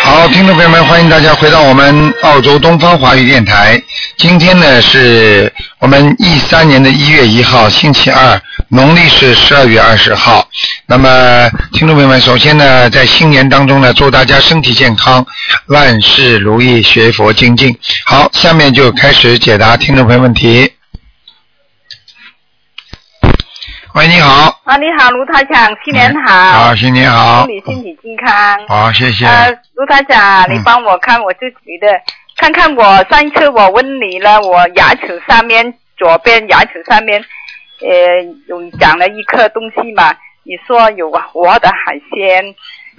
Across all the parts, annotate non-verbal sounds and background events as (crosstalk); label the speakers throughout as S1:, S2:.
S1: 好，听众朋友们，欢迎大家回到我们澳洲东方华语电台。今天呢是我们一三年的一月一号，星期二，农历是十二月二十号。那么，听众朋友们，首先呢，在新年当中呢，祝大家身体健康，万事如意，学佛精进。好，下面就开始解答听众朋友问题。喂，你好，
S2: 啊，你好，卢台长，新年好，
S1: 嗯好，新年好
S2: 祝，你身体健康。
S1: 好，谢谢。
S2: 呃，卢台长，
S1: 嗯
S2: 你帮我看我自己的，看看我上一次我问你了，我牙齿上面左边牙齿上面，呃，有长了一颗东西嘛？你说有活的海鲜，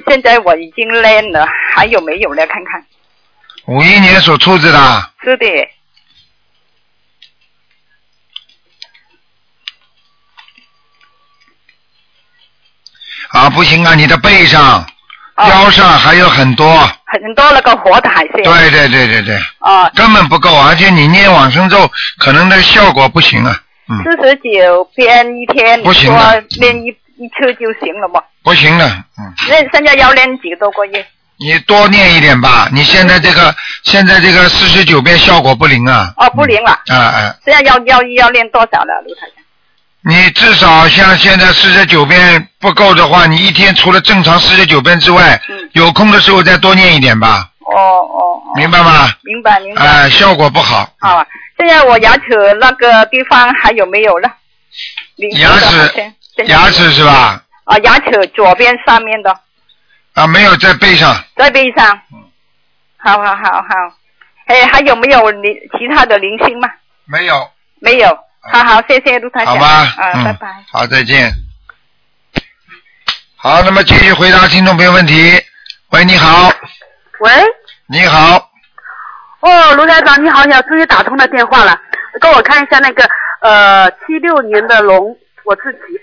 S2: 现在我已经烂了，还有没有呢？看看，
S1: 五一年属兔子的。
S2: 是的，
S1: 啊，不行啊，你的背上、
S2: 哦
S1: 腰上还有很多。
S2: 很多那个活的海鲜，
S1: 对对对对对，
S2: 哦，
S1: 根本不够，啊而且你念往生咒，可能的效果不行啊。嗯，
S2: 四十九边一天，
S1: 不
S2: 你
S1: 行
S2: 说
S1: 的
S2: 练一一次就行了嘛？
S1: 不行的。嗯，
S2: 那现在要练几个多个月？
S1: 你多念一点吧。你现在这个现在这个四十九遍效果不灵啊。
S2: 嗯哦，不灵了。
S1: 啊啊！
S2: 这样要要要练多少了，卢台长？
S1: 你至少像现在四十九遍不够的话，你一天除了正常四十九遍之外，
S2: 嗯
S1: 有空的时候再多念一点吧，
S2: 哦哦哦，
S1: 明白吗？
S2: 明白明白。
S1: 啊、效果不好。
S2: 好、啊，现在我牙齿那个地方还有没有了？你
S1: 牙齿
S2: 说的好像现在
S1: 牙齿是吧？
S2: 啊，牙齿左边上面的，
S1: 啊，没有在背上。
S2: 在背上。
S1: 嗯
S2: 好好好好，哎，还有没有灵其他的零星吗？
S1: 没有，
S2: 没有。好好，谢谢卢台长。
S1: 好吧？
S2: 啊，
S1: 嗯，
S2: 拜拜。
S1: 好，再见。好，那么继续回答听众朋友问题。喂，你好，
S3: 喂，
S1: 你好，
S3: 哦，卢台长你好，你好，终于打通了电话了，帮我看一下那个呃七六年的龙，我自己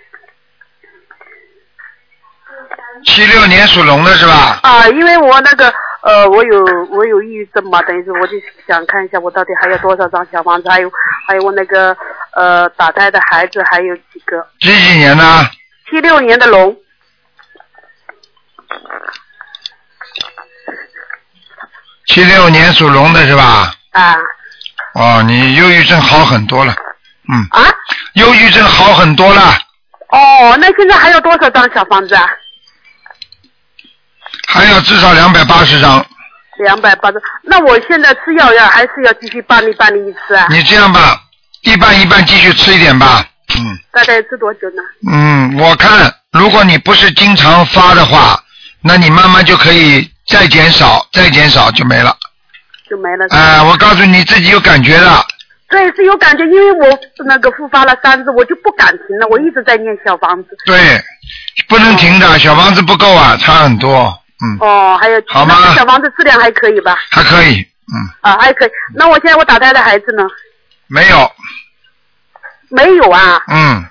S1: 七六年属龙的是吧？
S3: 啊、因为我那个呃我有我有抑郁症嘛，等于是我就想看一下我到底还有多少张小房子，还有还有我那个呃打胎的孩子还有几个，
S1: 几几年呢？
S3: 七六年的龙，
S1: 七六年属龙的是吧？
S3: 啊
S1: 哦，你忧郁症好很多了，嗯，
S3: 啊
S1: 忧郁症好很多了，
S3: 哦，那现在还有多少张小房子啊？
S1: 还有至少两百八十张。
S3: 两百八十，那我现在吃药要还是要继续办理办理一次啊？
S1: 你这样吧，一半一半继续吃一点吧，嗯。
S3: 大概吃多久呢？
S1: 嗯，我看如果你不是经常发的话，那你慢慢就可以再减少，再减少就没了。
S3: 就没了。是吧
S1: 哎、我告诉你自己有感觉了，
S3: 对，是有感觉，因为我那个复发了三次，我就不敢停了，我一直在念小房子。
S1: 对，不能停的，小房子不够啊，差很多，嗯，
S3: 哦，还有
S1: 好吗
S3: 那小房子质量还可以吧？
S1: 还可以，嗯，
S3: 啊，还可以。那我现在我打胎的孩子呢？
S1: 没有，
S3: 没有啊，
S1: 嗯，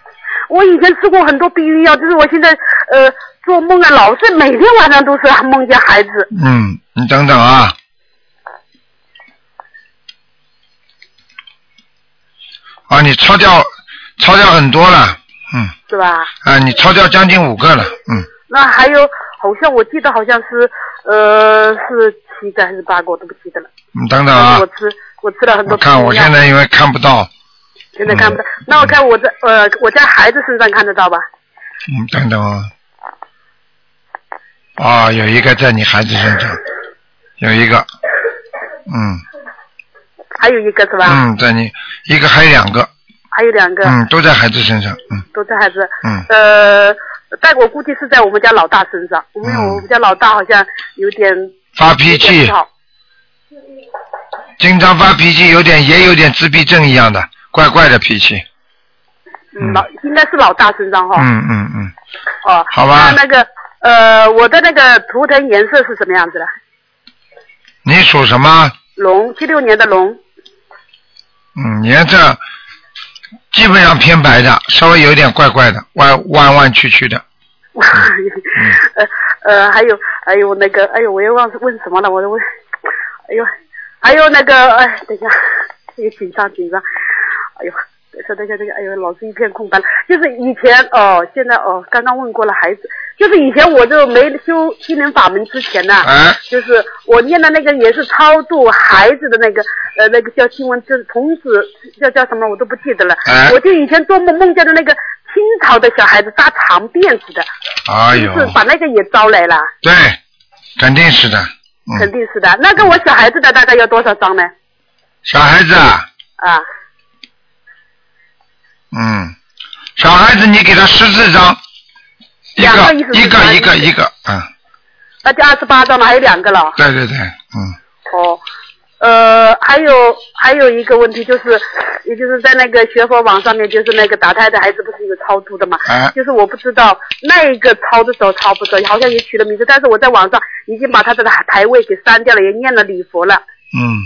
S3: 我以前吃过很多避孕药，就是我现在呃做梦啊，老是每天晚上都是梦见孩子。
S1: 嗯，你等等啊，啊，你超掉，超掉很多了，嗯，
S3: 是吧？
S1: 啊，你超掉将近五个了，嗯，
S3: 那还有，好像我记得好像是，呃，是七个还是八个，我都不记得了。
S1: 你等等
S3: 但
S1: 啊
S3: 是我，吃，我吃了很
S1: 我
S3: 多避孕
S1: 看
S3: 药。
S1: 我现在嗯因为看不到，
S3: 现在看不到。那我看我在呃我在孩子身上看得到吧？
S1: 嗯，等等啊，啊，有一个在你孩子身上，有一个，嗯
S3: 还有一个是吧？
S1: 嗯，在你一个还有两个，
S3: 还有两个、
S1: 嗯，都在孩子身上，嗯
S3: 都是孩子，
S1: 嗯，
S3: 呃，但我估计是在我们家老大身上，因为
S1: 嗯
S3: 我们家老大好像有点
S1: 发脾
S3: 有点
S1: 气
S3: 不，好
S1: 经常发脾气，有点也有点自闭症一样的，怪怪的脾气，嗯
S3: 嗯，老应该是老大身上哈，
S1: 嗯嗯嗯，
S3: 哦，
S1: 好吧
S3: 那那个呃，我的那个图腾颜色是什么样子的？
S1: 你属什么？
S3: 龙，七六年的龙，
S1: 嗯，颜色基本上偏白的，稍微有点怪怪的，弯弯弯曲曲的，
S3: 哇， (laughs) 呃呃，还有还有那个，哎呦，我又忘记问什么了，我都问，哎呦，还有那个，哎，等一下，哎，紧张紧张，哎呦，稍等一下，等一下，哎呦，老是一片空白了。就是以前哦，现在哦，刚刚问过了孩子，就是以前我就没修心灵法门之前呢、
S1: 啊，
S3: 就是我念的那个也是超度孩子的那个，呃，那个叫新闻，就是童子叫叫什么我都不记得了。
S1: 哎
S3: 我就以前做梦梦见的那个清朝的小孩子大长辫子的，
S1: 哎呦，
S3: 是把那个也招来了，
S1: 对，肯定是的，
S3: 肯
S1: 嗯，
S3: 定是的。那个我小孩子的大概要多少张呢？
S1: 小孩子啊，
S3: 啊，
S1: 嗯，小孩子你给他十四张，一
S3: 两
S1: 个
S3: 个意思
S1: 一
S3: 是
S1: 个
S3: 吧
S1: 一个
S3: 一个
S1: 一个，嗯，
S3: 那就二十八张了，还有两个了。
S1: 对对对，嗯，
S3: 哦，呃，还有还有一个问题就是，也就是在那个学佛网上面，就是那个打胎的孩子不是有超度的嘛？
S1: 哎
S3: 就是我不知道那一个超的时候超不着，好像也取了名字，但是我在网上已经把他的台位给删掉了，也念了礼佛了。
S1: 嗯，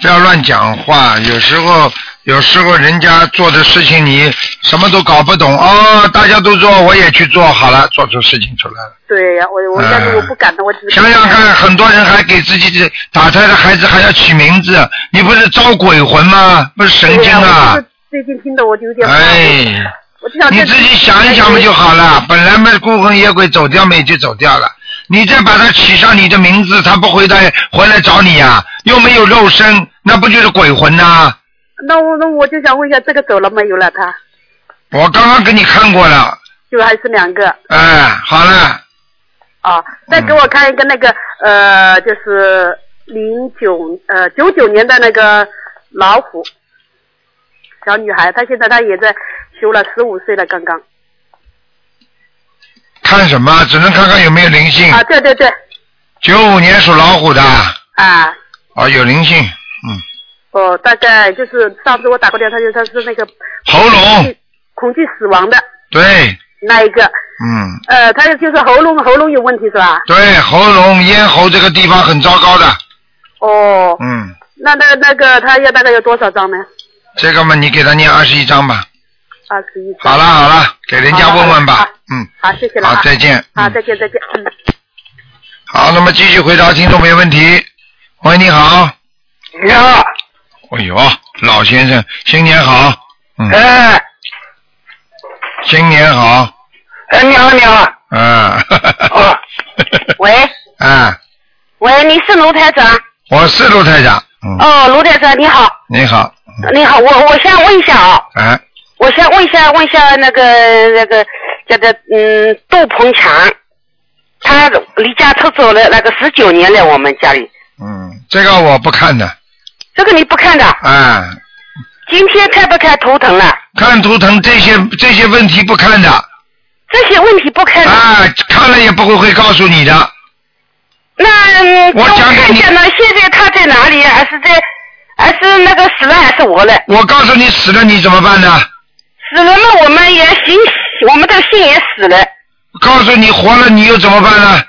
S1: 不要乱讲话。有时候，有时候人家做的事情你什么都搞不懂哦，大家都做，我也去做好了，做出事情出来了。
S3: 对呀、我我
S1: 哎
S3: 但是我不敢的，我只是
S1: 想想看，很多人还给自己的打胎的孩子还要起名字，你不是招鬼魂吗？不是神
S3: 对
S1: 经
S3: 呀我
S1: 啊
S3: 就是！最近听的我就有啊点怕，
S1: 哎，
S3: 我就想
S1: 你自己想一想不就好了？本来嘛，孤魂野鬼走掉嘛，也就走掉了。你再把它起上你的名字，他不回来回来找你呀、又没有肉身，那不就是鬼魂呐、
S3: 那我那我就想问一下，这个走了没有了他？
S1: 我刚刚给你看过了，
S3: 就还是两个。
S1: 哎，好了，
S3: 啊，再给我看一个那个、呃，就是零九呃九九年的那个老虎小女孩，她现在她也在修了，十五岁了刚刚
S1: 看什么？只能看看有没有灵性。
S3: 啊，对对对
S1: 九五年属老虎的，
S3: 啊，
S1: 哦，有灵性，嗯，
S3: 哦，大概就是上次我打过电话，她就她是那个
S1: 喉咙，
S3: 恐惧死亡的
S1: 对，
S3: 那一个，
S1: 嗯，
S3: 呃，她就是喉咙喉咙有问题是吧？
S1: 对，喉咙、咽喉这个地方很糟糕的，
S3: 哦，
S1: 嗯，
S3: 那那那个她要大概有多少张呢？
S1: 这个嘛，你给他念二十一章吧。
S3: 二十一张。
S1: 好了好了，给人家问问
S3: 好
S1: 吧
S3: 了好了，
S1: 嗯，
S3: 好，谢谢了啊
S1: 好，，再见。
S3: 好，
S1: 嗯
S3: 再见再见，嗯。
S1: 好，那么继续回答听众朋友问题。喂，你好。
S4: 你好，
S1: 哎呦，老先生，新年好。嗯，
S4: 哎，
S1: 新年好。
S4: 哎，你好，你好，
S1: 啊。 (laughs)
S4: 哦喂，
S1: 啊，
S4: 喂，你是卢台长？
S1: 我是陆台长。嗯，
S4: 哦，卢台长，你好，
S1: 你好。嗯
S4: 你好，我我想问一下啊，
S1: 啊，
S4: 我想问一下，问一下那个那个叫做嗯杜鹏强，他离家出走了那个十九年了，我们家里
S1: 嗯，这个我不看的。
S4: 这个你不看的，
S1: 啊，
S4: 今天看不看头疼了？
S1: 看图腾这些这些问题不看的。
S4: 这些问题不看的，
S1: 啊，看了也不会会告诉你的。
S4: 那嗯
S1: 我
S4: 那
S1: 讲给
S4: 看一
S1: 你
S4: 下呢，现在他在哪里？还是在还是那个死了还是活了？
S1: 我告诉你死了你怎么办呢？
S4: 死了嘛，我们也信，我们的信也死了。
S1: 告诉你活了你又怎么办呢？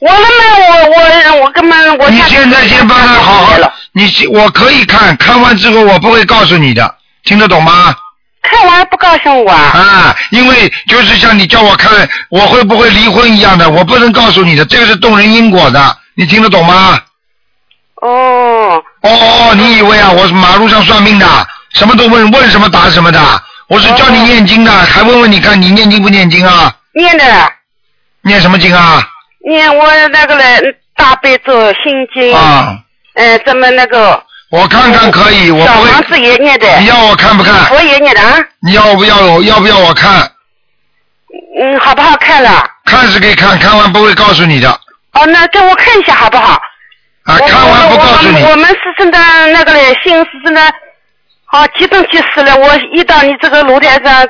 S4: 我那么我我我根本我
S1: 你
S4: 下次
S1: 现在先帮他好好
S4: 了，，
S1: 你先我可以看看完之后，我不会告诉你的，听得懂吗？
S4: 看完不告诉我啊？
S1: 啊，因为就是像你叫我看我会不会离婚一样的，我不能告诉你的，这个是动人因果的，你听得懂吗？
S4: 哦，
S1: 哦哦，你以为啊，我是马路上算命的，什么都问，问什么答什么的，我是教你念经的，还问问你看你念经不念经啊？
S4: 念的
S1: 念什么经啊？
S4: 念我那个了大悲咒心经，
S1: 啊，
S4: 呃，咱们那个
S1: 我看看可以，我
S4: 小
S1: 不
S4: 房
S1: 会，
S4: 子也念的，
S1: 你要我看不看？
S4: 我也念的啊，
S1: 你要不要我要不要我看？
S4: 嗯，好不好看了？
S1: 看是可以看，看完不会告诉你的
S4: 哦，那给我看一下好不好？
S1: 啊，
S4: 我
S1: 看完不告诉你
S4: 我们我们是真的那个嘞，心是真的，好激动去死了。我遇到你这个卢台长，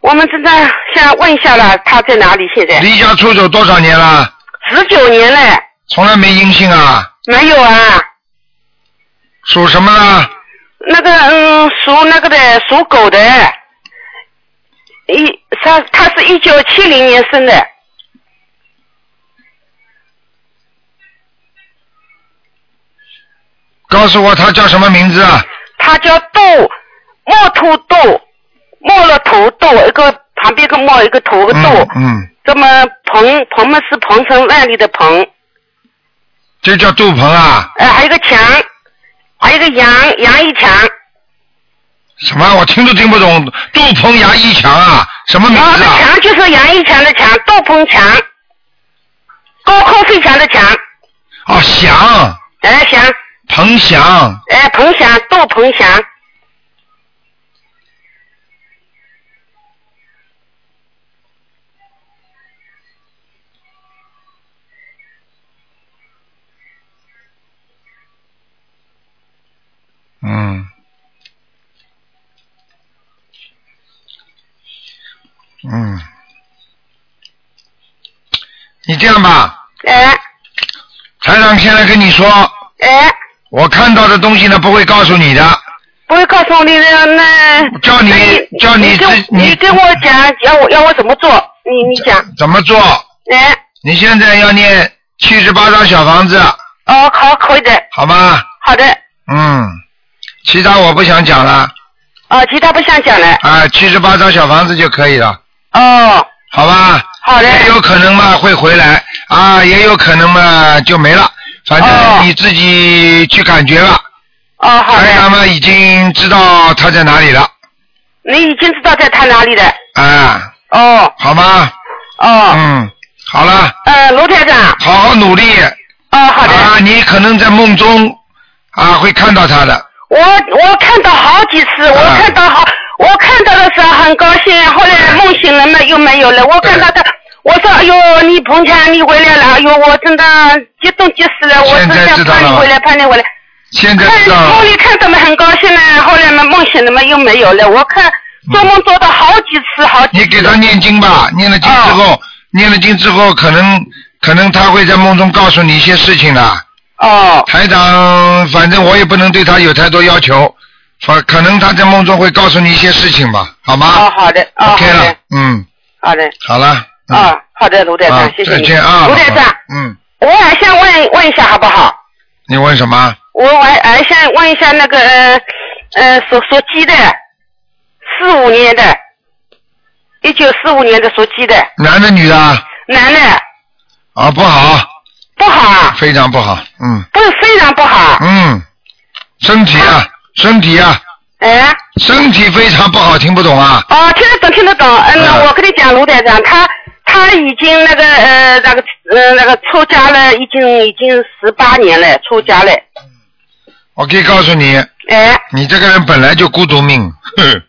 S4: 我们真的想问一下了，他在哪里？现在
S1: 离家出走多少年了？
S4: 十九年了，
S1: 从来没音信啊，
S4: 没有啊？
S1: 属什么啊呢？
S4: 那个嗯，属那个的，属狗的，一他他是一九七零年生的，
S1: 告诉我他叫什么名字啊？
S4: 他叫窦墨兔窦，没了头窦，一个旁边一个墨一个头个窦，
S1: 嗯嗯，
S4: 这么鹏鹏嘛是鹏程万里的鹏。
S1: 这叫杜鹏啊，
S4: 呃，还有一个强，还有一个杨杨一强，
S1: 什么？我听都听不懂。杜鹏牙一强啊，什么名
S4: 哦，
S1: 字
S4: 那
S1: 啊？
S4: 强就是杨一强的强，窦鹏强，高空飞翔的翔，
S1: 哦，翔，
S4: 哎翔，
S1: 彭翔，
S4: 哎彭翔，窦鹏翔，
S1: 嗯，嗯，你这样吧，
S4: 哎
S1: 台长现在跟你说，
S4: 哎，
S1: 我看到的东西呢不会告诉你的，
S4: 不会告诉你的那。
S1: 叫你
S4: 那
S1: 叫
S4: 你
S1: 你
S4: 跟
S1: 自
S4: 你
S1: 你
S4: 跟我讲，要我要我怎么做？你你讲，
S1: 怎么做。
S4: 哎，
S1: 你现在要念七十八张小房子，
S4: 哦好可以的，
S1: 好吧？
S4: 好的，
S1: 嗯，其他我不想讲了，
S4: 哦其他不想讲了，
S1: 啊，七十八张小房子就可以了，
S4: 哦
S1: 好吧？
S4: 好的，
S1: 也有可能嘛会回来啊，也有可能嘛就没了，反
S4: 哦
S1: 正你自己去感觉吧。
S4: 哦好
S1: 台长
S4: 的，
S1: 们已经知道他在哪里了，
S4: 你已经知道在他哪里了，
S1: 啊，
S4: 哦
S1: 好吗？
S4: 哦，
S1: 嗯，好了，
S4: 呃卢台长，
S1: 好好努力
S4: 哦好的。
S1: 啊！你可能在梦中啊会看到他的，
S4: 我我看到好几次，我
S1: 啊
S4: 看到好，我看到的时候很高兴，后来梦醒了嘛又没有了。我看到他，我说哎呦，你彭强你回来了，哎呦，我真的激动急死了，我
S1: 现
S4: 真
S1: 在知
S4: 的
S1: 道
S4: 盼
S1: 了
S4: 你回来，盼你回来。
S1: 现在
S4: 看
S1: 知道了
S4: 梦里看到嘛很高兴呢，后来嘛梦醒了嘛又没有了。我看做梦做到好几次，好
S1: 嗯
S4: 几
S1: 你
S4: 次。
S1: 给他念经吧，念了经之后，
S4: 哦
S1: 念了经之后，可能可能他会在梦中告诉你一些事情的。
S4: 哦
S1: 台长，反正我也不能对他有太多要求，反可能他在梦中会告诉你一些事情吧，好吗、
S4: 哦好的，哦
S1: o k
S4: 好
S1: 啊了
S4: 的，，
S1: 嗯，
S4: 好的，
S1: 好了，嗯、
S4: 啊好的，卢队
S1: 啊
S4: 长，谢谢
S1: 再
S4: 你，
S1: 见啊，
S4: 卢队
S1: 老婆
S4: 长，
S1: 嗯，
S4: 我还想问问一下好不好？
S1: 你问什么？
S4: 我还还想问一下那个呃呃属属鸡的，四五年的，一九四五年的属鸡的
S1: 男的女的啊？
S4: 男的，
S1: 啊，不好，
S4: 不好啊，
S1: 非常不好，嗯
S4: 不是非常不好，
S1: 嗯，身体啊，身体啊，
S4: 哎、
S1: 身体非常不好，听不懂啊？
S4: 哦，听得懂听得懂，嗯、那
S1: 嗯
S4: 我跟你讲，卢台长，他他已经那个呃那个呃那个出家了，已经已经十八年了，出家了，
S1: 我可以告诉你，
S4: 哎、
S1: 你这个人本来就孤独 (laughs) 命，哼，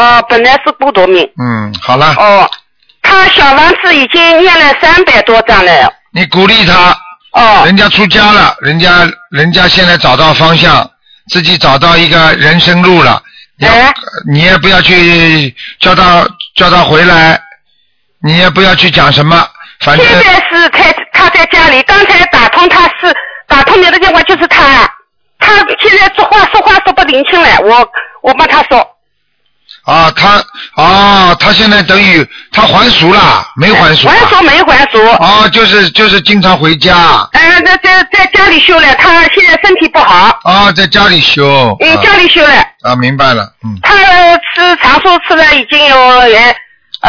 S4: 哦，本来是孤独命，
S1: 嗯，好了，
S4: 哦，他小房子已经念了三百多张了，
S1: 你鼓励他，
S4: 哦，
S1: 人家出家了，人家人家现在找到方向，自己找到一个人生路了，你要、
S4: 哎
S1: 你也不要去叫他叫他回来，你也不要去讲什么，反正
S4: 现在是在他在家里，刚才打通他是打通你的电话就是他，啊他现在说话说话说不灵清了，我我帮他说，
S1: 啊，他啊，他现在等于他还俗了，没还俗啊，
S4: 还俗没还俗，
S1: 啊，就是就是经常回家
S4: 嗯、在在在家里修了，他现在身体不好，
S1: 啊，在家里修，
S4: 嗯，家里修了，
S1: 啊啊，明白了，嗯，
S4: 他呃吃长寿吃了已经有呃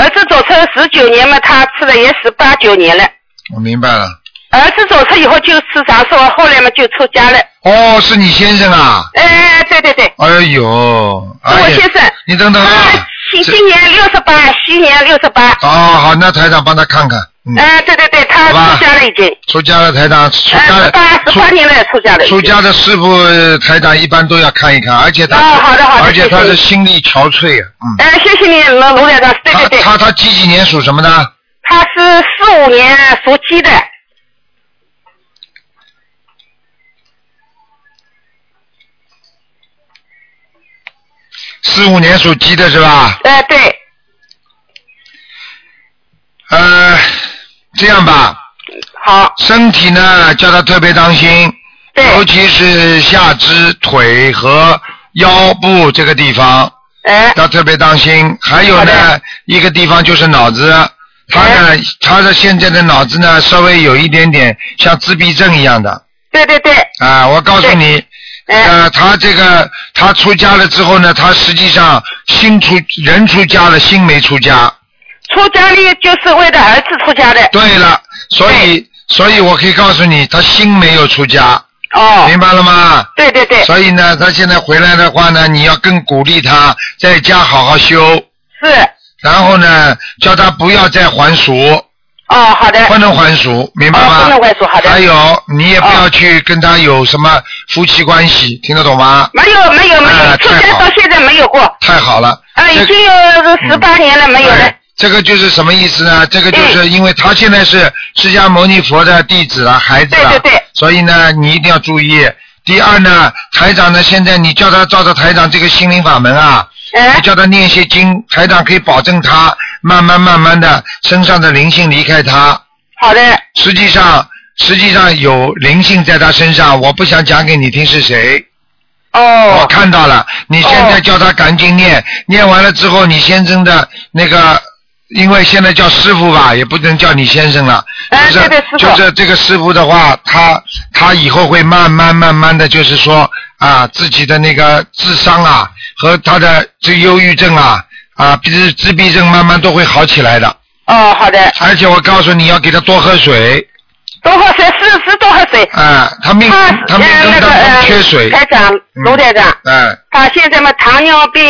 S4: 儿子走车十九年嘛，他吃了也十八九年了，
S1: 我明白了。
S4: 儿子走车以后就吃长寿，啊后来嘛就出家了，
S1: 哦，是你先生啊？
S4: 哎、对对对，
S1: 哎呦，
S4: 是我
S1: 哎呀
S4: 先生。
S1: 你等等
S4: 他
S1: 啊，
S4: 今
S1: 这
S4: 今年六十八，新年六十八。
S1: 哦，好，那台长帮他看看，嗯，
S4: 哎，对对对，他
S1: 好吧
S4: 出家了已经，
S1: 出家了，台长出家
S4: 哎，
S1: 了
S4: 十，八十八年了出家了已经。
S1: 出家的师傅呃台长一般都要看一看，而且他，
S4: 哦好的好的
S1: 而且他
S4: 谢谢
S1: 是心力憔悴啊，嗯，
S4: 哎，谢谢你，卢卢台长，哎对
S1: 他
S4: 对对，
S1: 他他几几年属什么的？
S4: 他是四五年属鸡的，
S1: 四五年属鸡的是吧？
S4: 哎对，
S1: 呃，这样吧，
S4: 好，
S1: 身体呢叫他特别当心，
S4: 对，
S1: 尤其是下肢、腿和腰部这个地方。
S4: 哎，
S1: 要特别当心。还有
S4: 好
S1: 呢
S4: 的，哎
S1: 一个地方就是脑子，他呢，他的现在的脑子呢，稍微有一点点像自闭症一样的
S4: 对对对，
S1: 啊。我告诉你，
S4: 哎，
S1: 呃，他这个他出家了之后呢，他实际上心出人出家了，心没出家。
S4: 出家呢就是为了儿子出家的，
S1: 对了，所以所以我可以告诉你，他心没有出家，
S4: 哦，
S1: 明白了吗？
S4: 对对对，
S1: 所以呢，他现在回来的话呢，你要更鼓励他在家好好修，
S4: 是，
S1: 然后呢，叫他不要再还俗，
S4: 哦，好的，
S1: 不能还俗，明白
S4: 哦，
S1: 吗？
S4: 不能外说，好的，
S1: 还有，你也不
S4: 哦
S1: 要去跟他有什么夫妻关系，听得懂吗？
S4: 没有没有没
S1: 哎
S4: 有，出
S1: 太
S4: 家
S1: 好
S4: 到现在没有过，
S1: 太好了，
S4: 啊，
S1: 这
S4: 已经有十八年了，没有嗯了
S1: 哎，这个就是什么意思呢？这个就是因为他现在是释迦牟尼佛的弟子啊，孩子啊，
S4: 对对对
S1: 所以呢，你一定要注意。第二呢，台长呢，现在你叫他照着台长这个心灵法门啊，
S4: 哎
S1: 你，叫他念一些经，台长可以保证他慢慢慢慢的身上的灵性离开他。
S4: 好的，
S1: 实际上，实际上有灵性在他身上，我不想讲给你听是谁。我
S4: 哦，
S1: 看到了，你现在叫他赶紧念，念完了之后，你先生的那个，因为现在叫师傅吧，也不能叫你先生了，
S4: 哎
S1: 就是、
S4: 对对师傅
S1: 就是这个师傅的话，他他以后会慢慢慢慢的，就是说啊，自己的那个智商啊和他的这忧郁症啊啊自自闭症慢慢都会好起来的，
S4: 哦，好的，
S1: 而且我告诉你要给他多喝水，
S4: 多喝水，是是多喝水。
S1: 啊，他命
S4: 他
S1: 他命
S4: 呃
S1: 根
S4: 那个
S1: 当中
S4: 呃
S1: 缺水，
S4: 台长，卢台长，
S1: 哎
S4: 他现在嘛糖尿病，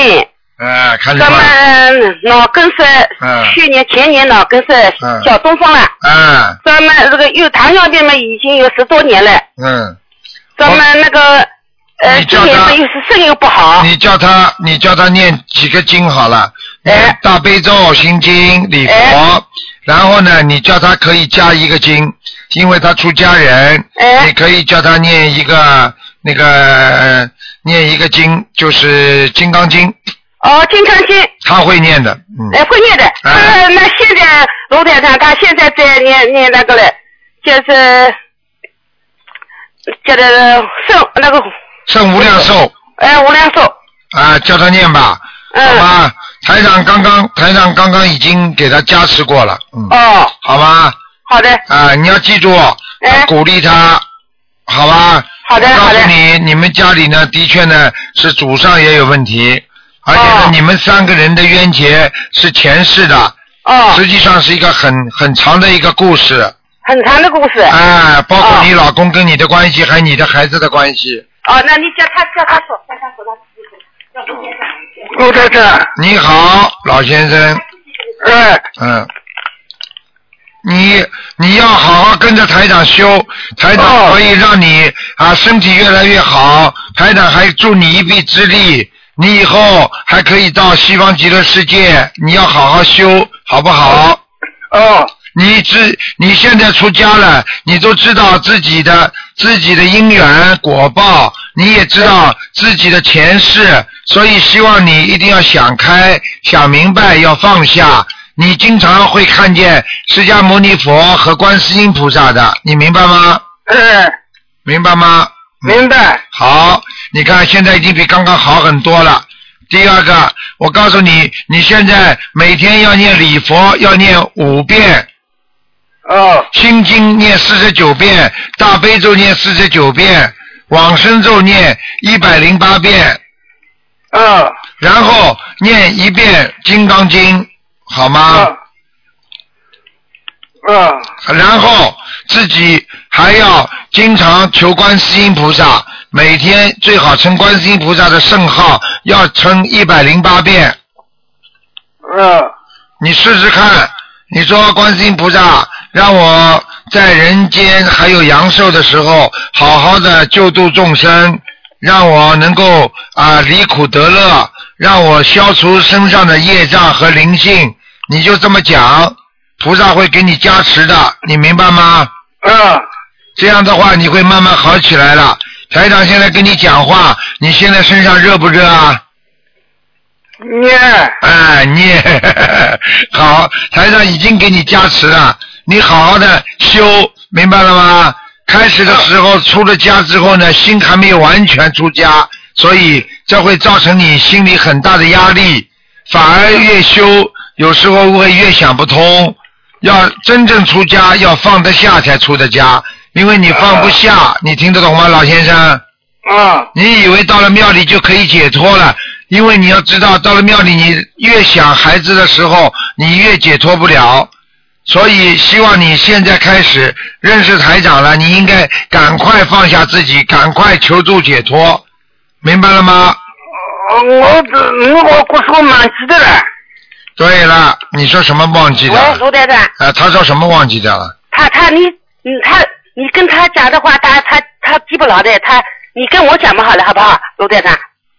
S1: 哎，看
S4: 什
S1: 见
S4: 么
S1: 吗？
S4: 呃脑梗塞
S1: 嗯，
S4: 去年前年脑梗塞
S1: 嗯
S4: 小中风了，
S1: 哎，
S4: 咱们这个有糖尿病嘛已经有十多年了，
S1: 嗯。
S4: 咱们那个呃
S1: 你叫
S4: 今年
S1: 他
S4: 嘛又是肾又不好，
S1: 你叫他，你叫他念几个经好了，
S4: 哎
S1: 念大悲咒、心经、礼佛，
S4: 哎
S1: 然后呢，你叫他可以加一个经，因为他出家人，
S4: 哎
S1: 你可以叫他念一个那个、呃念一个经，就是《金刚经》，
S4: 哦，健康经。
S1: 他会念的，嗯，
S4: 哎，会念的。
S1: 哎
S4: 呃，那现在卢台长他现在在念念那个嘞，就是叫做圣那个
S1: 圣无量寿
S4: 哎无量寿，
S1: 啊、叫他念吧，好
S4: 嗯，
S1: 吧？台长刚刚台长刚刚已经给他加持过了，嗯，
S4: 哦，
S1: 好吗？
S4: 好的，
S1: 啊、你要记住，
S4: 哎
S1: 鼓励他，好吧？
S4: 好的
S1: 我告
S4: 好
S1: 诉
S4: 的
S1: 你，你们家里呢，的确呢是祖上也有问题，而且呢，
S4: 哦
S1: 你们三个人的冤结是前世的，
S4: 哦，
S1: 实际上是一个很很长的一个故事，
S4: 很长的故事。
S1: 哎，包括
S4: 哦
S1: 你老公跟你的关系，还有你的孩子的关系。
S4: 哦，那你叫他叫他说，叫他说他自己说。
S5: 陆台长，
S1: 你好，老先生，
S5: 哎，
S1: (laughs) 嗯。你你要好好跟着台长修，台长
S5: 哦
S1: 可以让你、啊身体越来越好，台长还助你一臂之力，你以后还可以到西方极乐世界，你要好好修，好不好？
S5: 哦，
S1: 你知你现在出家了，你都知道自己的自己的因缘果报，你也知道自己的前世，所以希望你一定要想开、想明白，要放下。你经常会看见释迦牟尼佛和观世音菩萨的，你明白吗？
S5: 哎，
S1: 明白吗？嗯
S5: 明白，
S1: 好，你看现在已经比刚刚好很多了。第二个，我告诉你，你现在每天要念礼佛，要念五遍。
S5: 哦，
S1: 心经念四十九遍，大悲咒念四十九遍，往生咒念一百零八遍，
S5: 哦，
S1: 然后念一遍金刚经，好吗
S5: 哦？，哦，
S1: 然后自己还要经常求观世音菩萨，每天最好称观世音菩萨的圣号，要称一百零八遍。
S5: 哦，
S1: 你试试看，你说观世音菩萨让我在人间还有阳寿的时候，好好的救度众生，让我能够啊、离苦得乐，让我消除身上的业障和灵性。你就这么讲，菩萨会给你加持的，你明白吗？
S5: 哦，
S1: 这样的话，你会慢慢好起来了。台长现在跟你讲话，你现在身上热不热啊？
S5: 念，
S1: (laughs) 哎，你好，台上已经给你加持了，你好好的修，明白了吗？开始的时候出了家之后呢，心还没有完全出家，所以这会造成你心里很大的压力，反而越修有时候会越想不通。要真正出家，要放得下才出得家，因为你放不下，你听得懂吗，老先生？
S5: 哦，
S1: 你以为到了庙里就可以解脱了，因为你要知道，到了庙里，你越想孩子的时候，你越解脱不了。所以希望你现在开始认识台长了，你应该赶快放下自己，赶快求助解脱，明白了吗？
S4: 我我我故事我忘记的了。哎
S1: 对了，你说什么忘记掉
S4: 喂，
S1: 了？
S4: 卢台长，
S1: 呃，他说什么忘记掉了？
S4: 他他你你他你跟他讲的话，他他他记不牢的，他你跟我讲嘛好了，好不好，卢台长？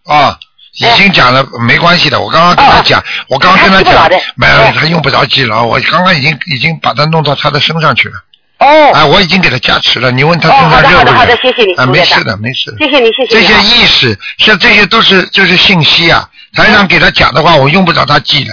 S1: 哦，已经讲了，没关系的。我刚刚跟
S4: 哦
S1: 他
S4: 哦
S1: 讲，我刚刚跟他
S4: 他记不牢
S1: 讲
S4: 的，
S1: 没有
S4: 哎，
S1: 他用不着记牢。我刚刚已经已经把他弄到他的身上去了。
S4: 哦，
S1: 哎，我已经给他加持了。你问他
S4: 哦
S1: 身上
S4: 好的
S1: 热
S4: 好
S1: 不
S4: 的
S1: 热？
S4: 好的谢谢你
S1: 啊，
S4: 卢
S1: 没
S4: 台长
S1: 事的，没事的。
S4: 谢谢你，谢谢
S1: 这
S4: 你
S1: 些
S4: 啊。
S1: 意识，像这些都是就是信息啊。台长给他讲的话，我用不着他记的，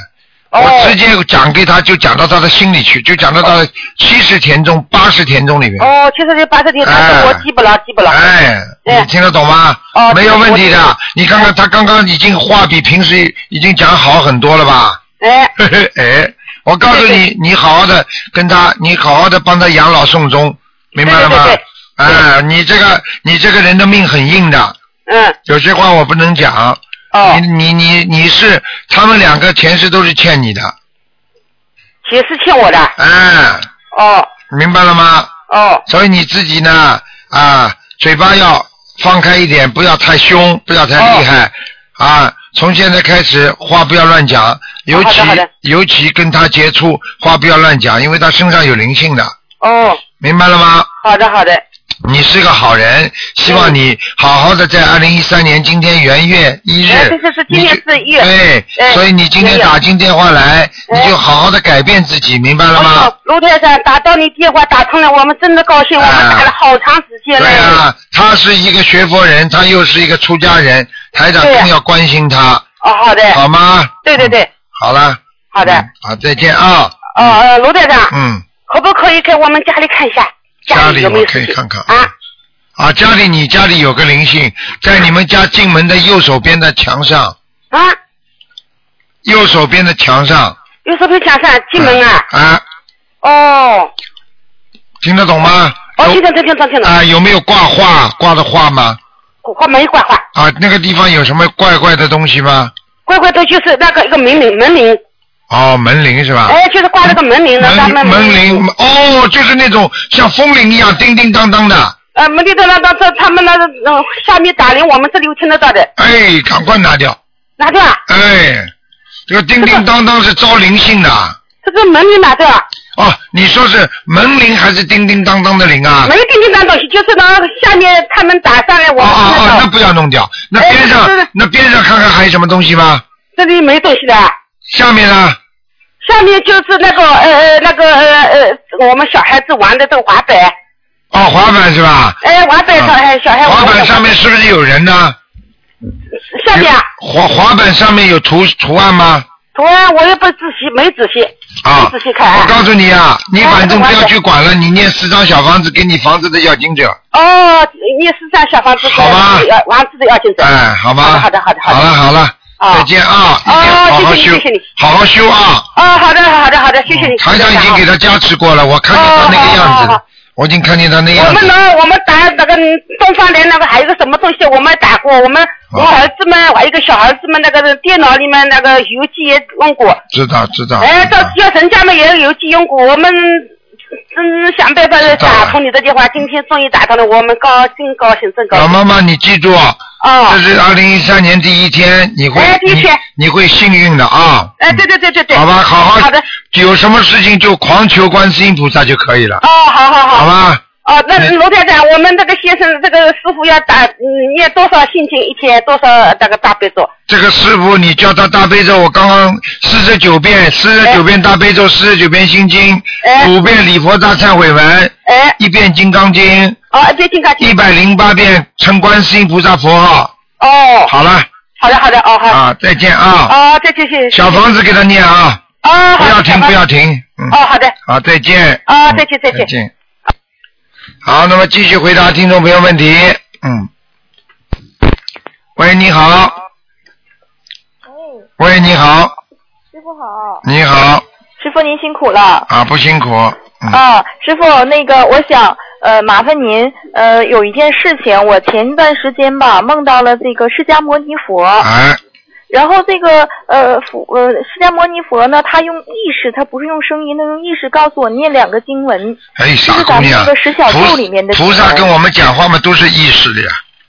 S1: 我直
S4: 嗯
S1: 接
S4: 哦
S1: 讲给他，就讲到他的心里去，就讲到他的七十田中、八十田中里面。
S4: 哦，其实这八十天，他
S1: 哎
S4: 说我记不牢，记不牢。
S1: 哎，
S4: 对
S1: 你听得懂吗？
S4: 哦
S1: 没有问题
S4: 我
S1: 的。你看看他刚刚已经话比平时已经讲好很多了吧？
S4: 哎，
S1: 嘿嘿， (laughs) 哎，我告诉
S4: 对
S1: 你，你好好的跟他，你好好的帮他养老送终，明白了吗
S4: 对对对对？
S1: 哎，你这个你这个人的命很硬的，
S4: 嗯，
S1: 有些话我不能讲。
S4: 哦，
S1: 你你你你是他们两个前世都是欠你的，
S4: 钱是欠我的。
S1: 哎，
S4: 哦
S1: 明白了吗？
S4: 哦
S1: 所以你自己呢，啊，嘴巴要放开一点，不要太凶，不要太厉害，啊，从现在开始话不要乱讲，尤其、
S4: 哦好的好的
S1: 尤其跟他接触话不要乱讲，因为他身上有灵性的，
S4: 哦，
S1: 明白了吗？
S4: 好的好的。
S1: 你是个好人，希望
S4: 嗯
S1: 你好好的在二零一三年今天元月一日
S4: 哎，对对对今天
S1: 你就是
S4: 一月
S1: 对，
S4: 哎
S1: 所以你今天
S4: 元月
S1: 打进电话来，
S4: 哎哦
S1: 你就好好的改变自己，明白了
S4: 我
S1: 吗？
S4: 说卢台长打到你电话打通了，我们真的高兴，我们打了好长时
S1: 啊
S4: 间
S1: 对
S4: 了。
S1: 啊，他是一个学佛人，他又是一个出家人，台长
S4: 对啊
S1: 更要关心他，
S4: 哦，好的，
S1: 好吗？
S4: 对对对，
S1: 好了。
S4: 好的。
S1: 嗯好，再见啊。
S4: 哦，呃卢台长，
S1: 嗯，
S4: 可不可以给我们家里看一下？
S1: 家
S4: 里
S1: 里
S4: 有没
S1: 我
S4: 有
S1: 可以
S4: 事情
S1: 看看
S4: 啊？
S1: 啊，家里你家里有个灵性，在你们家进门的右手边的墙上，
S4: 啊，
S1: 右手边的墙上。
S4: 有什么想上进门啊？
S1: 啊。啊，
S4: 哦，
S1: 听得懂吗？
S4: 哦，
S1: 有
S4: 听懂听懂听懂，
S1: 啊，有没有挂画挂的画吗？
S4: 挂门挂挂，
S1: 啊，那个地方有什么怪怪的东西吗？
S4: 乖乖的就是那个一个门铃门铃，
S1: 哦，门铃是吧？
S4: 哎，就是挂了个门铃的，咱
S1: 门
S4: 们
S1: 门铃哦，就是那种像风铃一样叮叮当当的。
S4: 呃，门铃的那那这他们那嗯下面打铃，我们这里有听得到的，
S1: 哎，赶快拿掉！
S4: 拿掉啊，
S1: 哎，这个叮叮当当是招灵性的啊
S4: 这个门铃拿掉啊。
S1: 哦。你说是门铃还是叮叮当当的铃啊？
S4: 没有叮叮当东西，就是那个下面他们打上来，我
S1: 哦
S4: 们
S1: 哦哦，
S4: 看到、
S1: 那不要弄掉。那边上、
S4: 哎是的
S1: 那边上看看还有什么东西吗？
S4: 这里没东西的。
S1: 下面呢？
S4: 下面就是那个呃呃那个呃呃我们小孩子玩的这个滑板，
S1: 哦，滑板是吧？
S4: 哎滑板小孩、小孩
S1: 啊滑
S4: 玩的
S1: 板上面是不是有人呢？
S4: 下面啊
S1: 滑滑板上面有图图案吗？
S4: 图案我也不仔细没仔细，
S1: 啊，
S4: 没仔细看
S1: 我告诉你啊，你
S4: 哎
S1: 反正
S4: 我
S1: 不要
S4: 懂
S1: 去管了，你念四张小房子给你房子的要经者，
S4: 哦，你是上小房子
S1: 好吧
S4: 要房子的要紧走，
S1: 哎，好吗？
S4: 好的好的好的
S1: 好
S4: 好的
S1: 了好了，
S4: 啊
S1: 再见啊，一定
S4: 哦
S1: 要好好
S4: 谢谢
S1: 修
S4: 你谢谢你，
S1: 好好修啊。
S4: 哦好的好的好的，谢谢你，啊
S1: 台嗯长已经给
S4: 他。
S1: 他加持过了，我看见他那个
S4: 哦
S1: 样
S4: 好好
S1: 子
S4: 好
S1: 了
S4: 好，
S1: 我已经看见他那
S4: 我
S1: 样
S4: 们
S1: 子了。
S4: 呢，我们打那个东方联那个还有个什么东西，我们打过，我们
S1: 哦
S4: 我儿子们还有一个小儿子们那个电脑里面那个邮寄也用过，
S1: 知道知道。
S4: 哎，
S1: 知
S4: 到
S1: 道
S4: 药神家们也有寄用过，我们嗯想办法打通你的电话，今天终于打通了，我们高真高兴，真高
S1: 老
S4: 兴。
S1: 妈妈，你记住，
S4: 哦
S1: 这，是二零一三年第一天，你会
S4: 哎第一
S1: 你
S4: 天
S1: 你会幸运的啊，
S4: 哎，对对对对对，
S1: 好吧，好好
S4: 好的，
S1: 有什么事情就狂求观世音菩萨就可以了，
S4: 哦，好好
S1: 好
S4: 好，
S1: 吧？
S4: 哦，那
S1: 嗯
S4: 罗台长，我们这个先生这个师傅要打嗯念多少心经一天，多少那个大悲咒？
S1: 这个师傅，你叫他大悲咒，我刚刚四十九遍，四十九遍大悲咒，四十九遍心经，
S4: 哎
S1: 五遍礼佛大忏悔文，
S4: 哎，
S1: 一遍金刚经，
S4: 哦，别听他
S1: 一百零八遍称观世音菩萨佛号。
S4: 哦，
S1: 好了
S4: 好的好的，哦好，
S1: 啊，再见啊！
S4: 哦，再见谢谢，
S1: 小房子给他念啊，
S4: 哦
S1: 不
S4: 好的，
S1: 要停
S4: 好的
S1: 不要停，嗯，
S4: 哦好的，
S1: 好，再见。
S4: 哦
S1: 嗯
S4: 再见再见
S1: 再见。好，那么继续回答听众朋友问题。嗯，喂，你好，
S6: 哎，
S1: 喂，你好，
S6: 师傅好，
S1: 你好
S6: 师傅您辛苦了。
S1: 啊，不辛苦，嗯。
S6: 啊，师傅，那个我想呃麻烦您呃有一件事情，我前一段时间吧梦到了这个释迦牟尼佛，
S1: 哎，
S2: 然后这个呃佛呃释迦牟尼佛呢，他用意识，他不是用声音，他用意识告诉我念两个经文。
S1: 哎，
S2: 这
S1: 傻
S2: 是
S1: 姑
S2: 咱们
S1: 娘
S2: 这个十小，咒里面
S1: 菩
S2: 的
S1: 菩萨
S2: 经文
S1: 跟我们讲话嘛，都是意识的呀。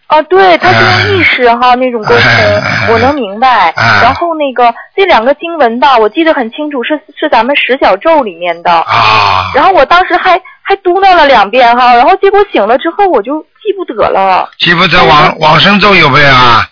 S2: 啊，对，他是用意识哈那种沟
S1: 哎
S2: 通，我能明白。
S1: 哎
S2: 然后那个这两个经文吧，我记得很清楚，是是咱们十小咒里面的。
S1: 啊，
S2: 然后我当时还还嘟囔了两遍哈，然后结果醒了之后我就记不得了，
S1: 媳妇在往往生咒有没有啊？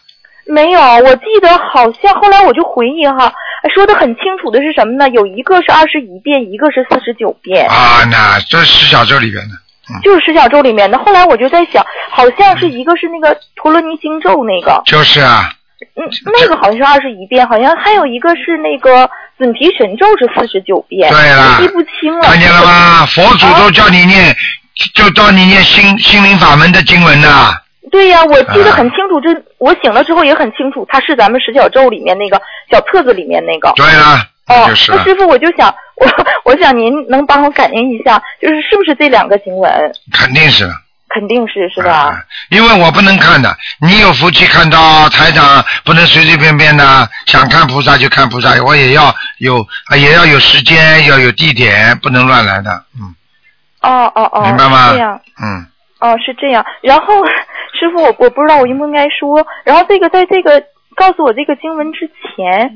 S2: 没有，我记得好像后来我就回忆哈，说的很清楚的是什么呢？有一个是二十一遍，一个是四十九遍，
S1: 啊，那这是小咒里边的。嗯
S2: 就是十小咒里面的。后来我就在想，好像是一个是那个陀罗尼经咒那个，
S1: 就是啊，
S2: 嗯，那个好像是二十一遍，好像还有一个是那个
S1: 啊
S2: 准提神咒是四十九遍，
S1: 对啦
S2: 我记不清了。
S1: 看见了？
S2: 哦
S1: 吗？佛祖都叫你念，就叫你念心心灵法门的经文呐、啊
S2: 对呀、我记得很清楚，这我醒了之后也很清楚，它是咱们十小咒里面那个小册子里面那个。
S1: 对啦，
S2: 哦，
S1: 就是啊
S2: 那
S1: 了
S2: 师傅，我就想，我我想您能帮我感应一下，就是是不是这两个经文？
S1: 肯定是了。
S2: 肯定是是
S1: 啊
S2: 吧？
S1: 因为我不能看的，你有福气看到台长，不能随随便便的，想看菩萨就看菩萨，我也要有，啊也要有时间，要有地点，不能乱来的，嗯
S2: 哦哦哦，
S1: 明白吗
S2: 是这样，
S1: 嗯，
S2: 哦是这样。然后师傅，我我不知道我应不应该说。然后这个在这个告诉我这个经文之前，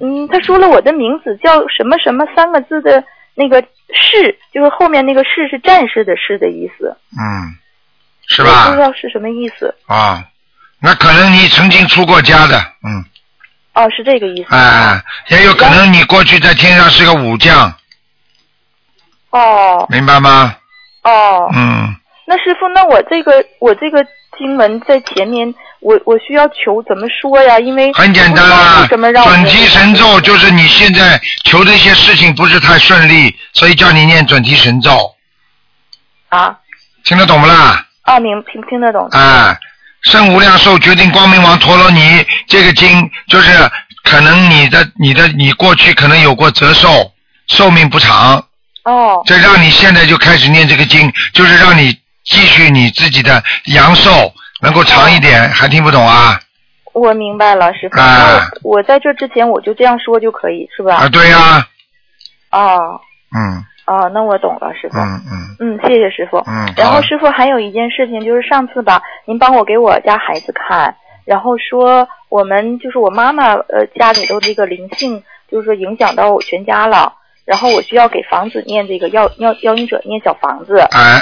S2: 嗯，他说了我的名字叫什么什么三个字的那个士，就是后面那个士是战士的士的意思，
S1: 嗯，是
S2: 我不
S1: 吧
S2: 知？道是什么意思。
S1: 啊、那可能你曾经出过家的，嗯，
S2: 哦，是这个意思。
S1: 哎、哎，也有可能你过去在天上是个武将，
S2: 哦
S1: 明白吗？
S2: 哦。
S1: 嗯，
S2: 那师傅，那我这个我这个经文在前面，我我需要求怎么说呀？因为
S1: 很简单
S2: 我不知
S1: 啦
S2: 道，怎么让我
S1: 准提神咒就是你现在求的一些事情不是太顺利，所以叫你念准提神咒。
S2: 啊
S1: 听得懂不啦？
S2: 啊，明听听得懂
S1: 啊，圣无量寿决定光明王陀罗尼这个经，就是可能你的、你的、你过去可能有过折寿，寿命不长，
S2: 哦
S1: 这让你现在就开始念这个经，就是让你继续你自己的阳寿能够长一点，还听不懂啊？
S2: 我明白了，师傅。
S1: 啊
S2: 那我我在这之前我就这样说就可以，是
S1: 啊，
S2: 吧？
S1: 对呀、
S2: 哦
S1: 嗯
S2: 哦，那我懂了，师傅。
S1: 嗯嗯
S2: 嗯，谢谢师傅。
S1: 嗯，
S2: 然
S1: 好
S2: 后，师傅还有一件事情，就是上次吧，您帮我给我家孩子看，然后说我们就是我妈妈呃家里头这个灵性，就是说影响到我全家了。然后我需要给房子念这个 (laughs) 要要要应者念小房子，
S1: 哎，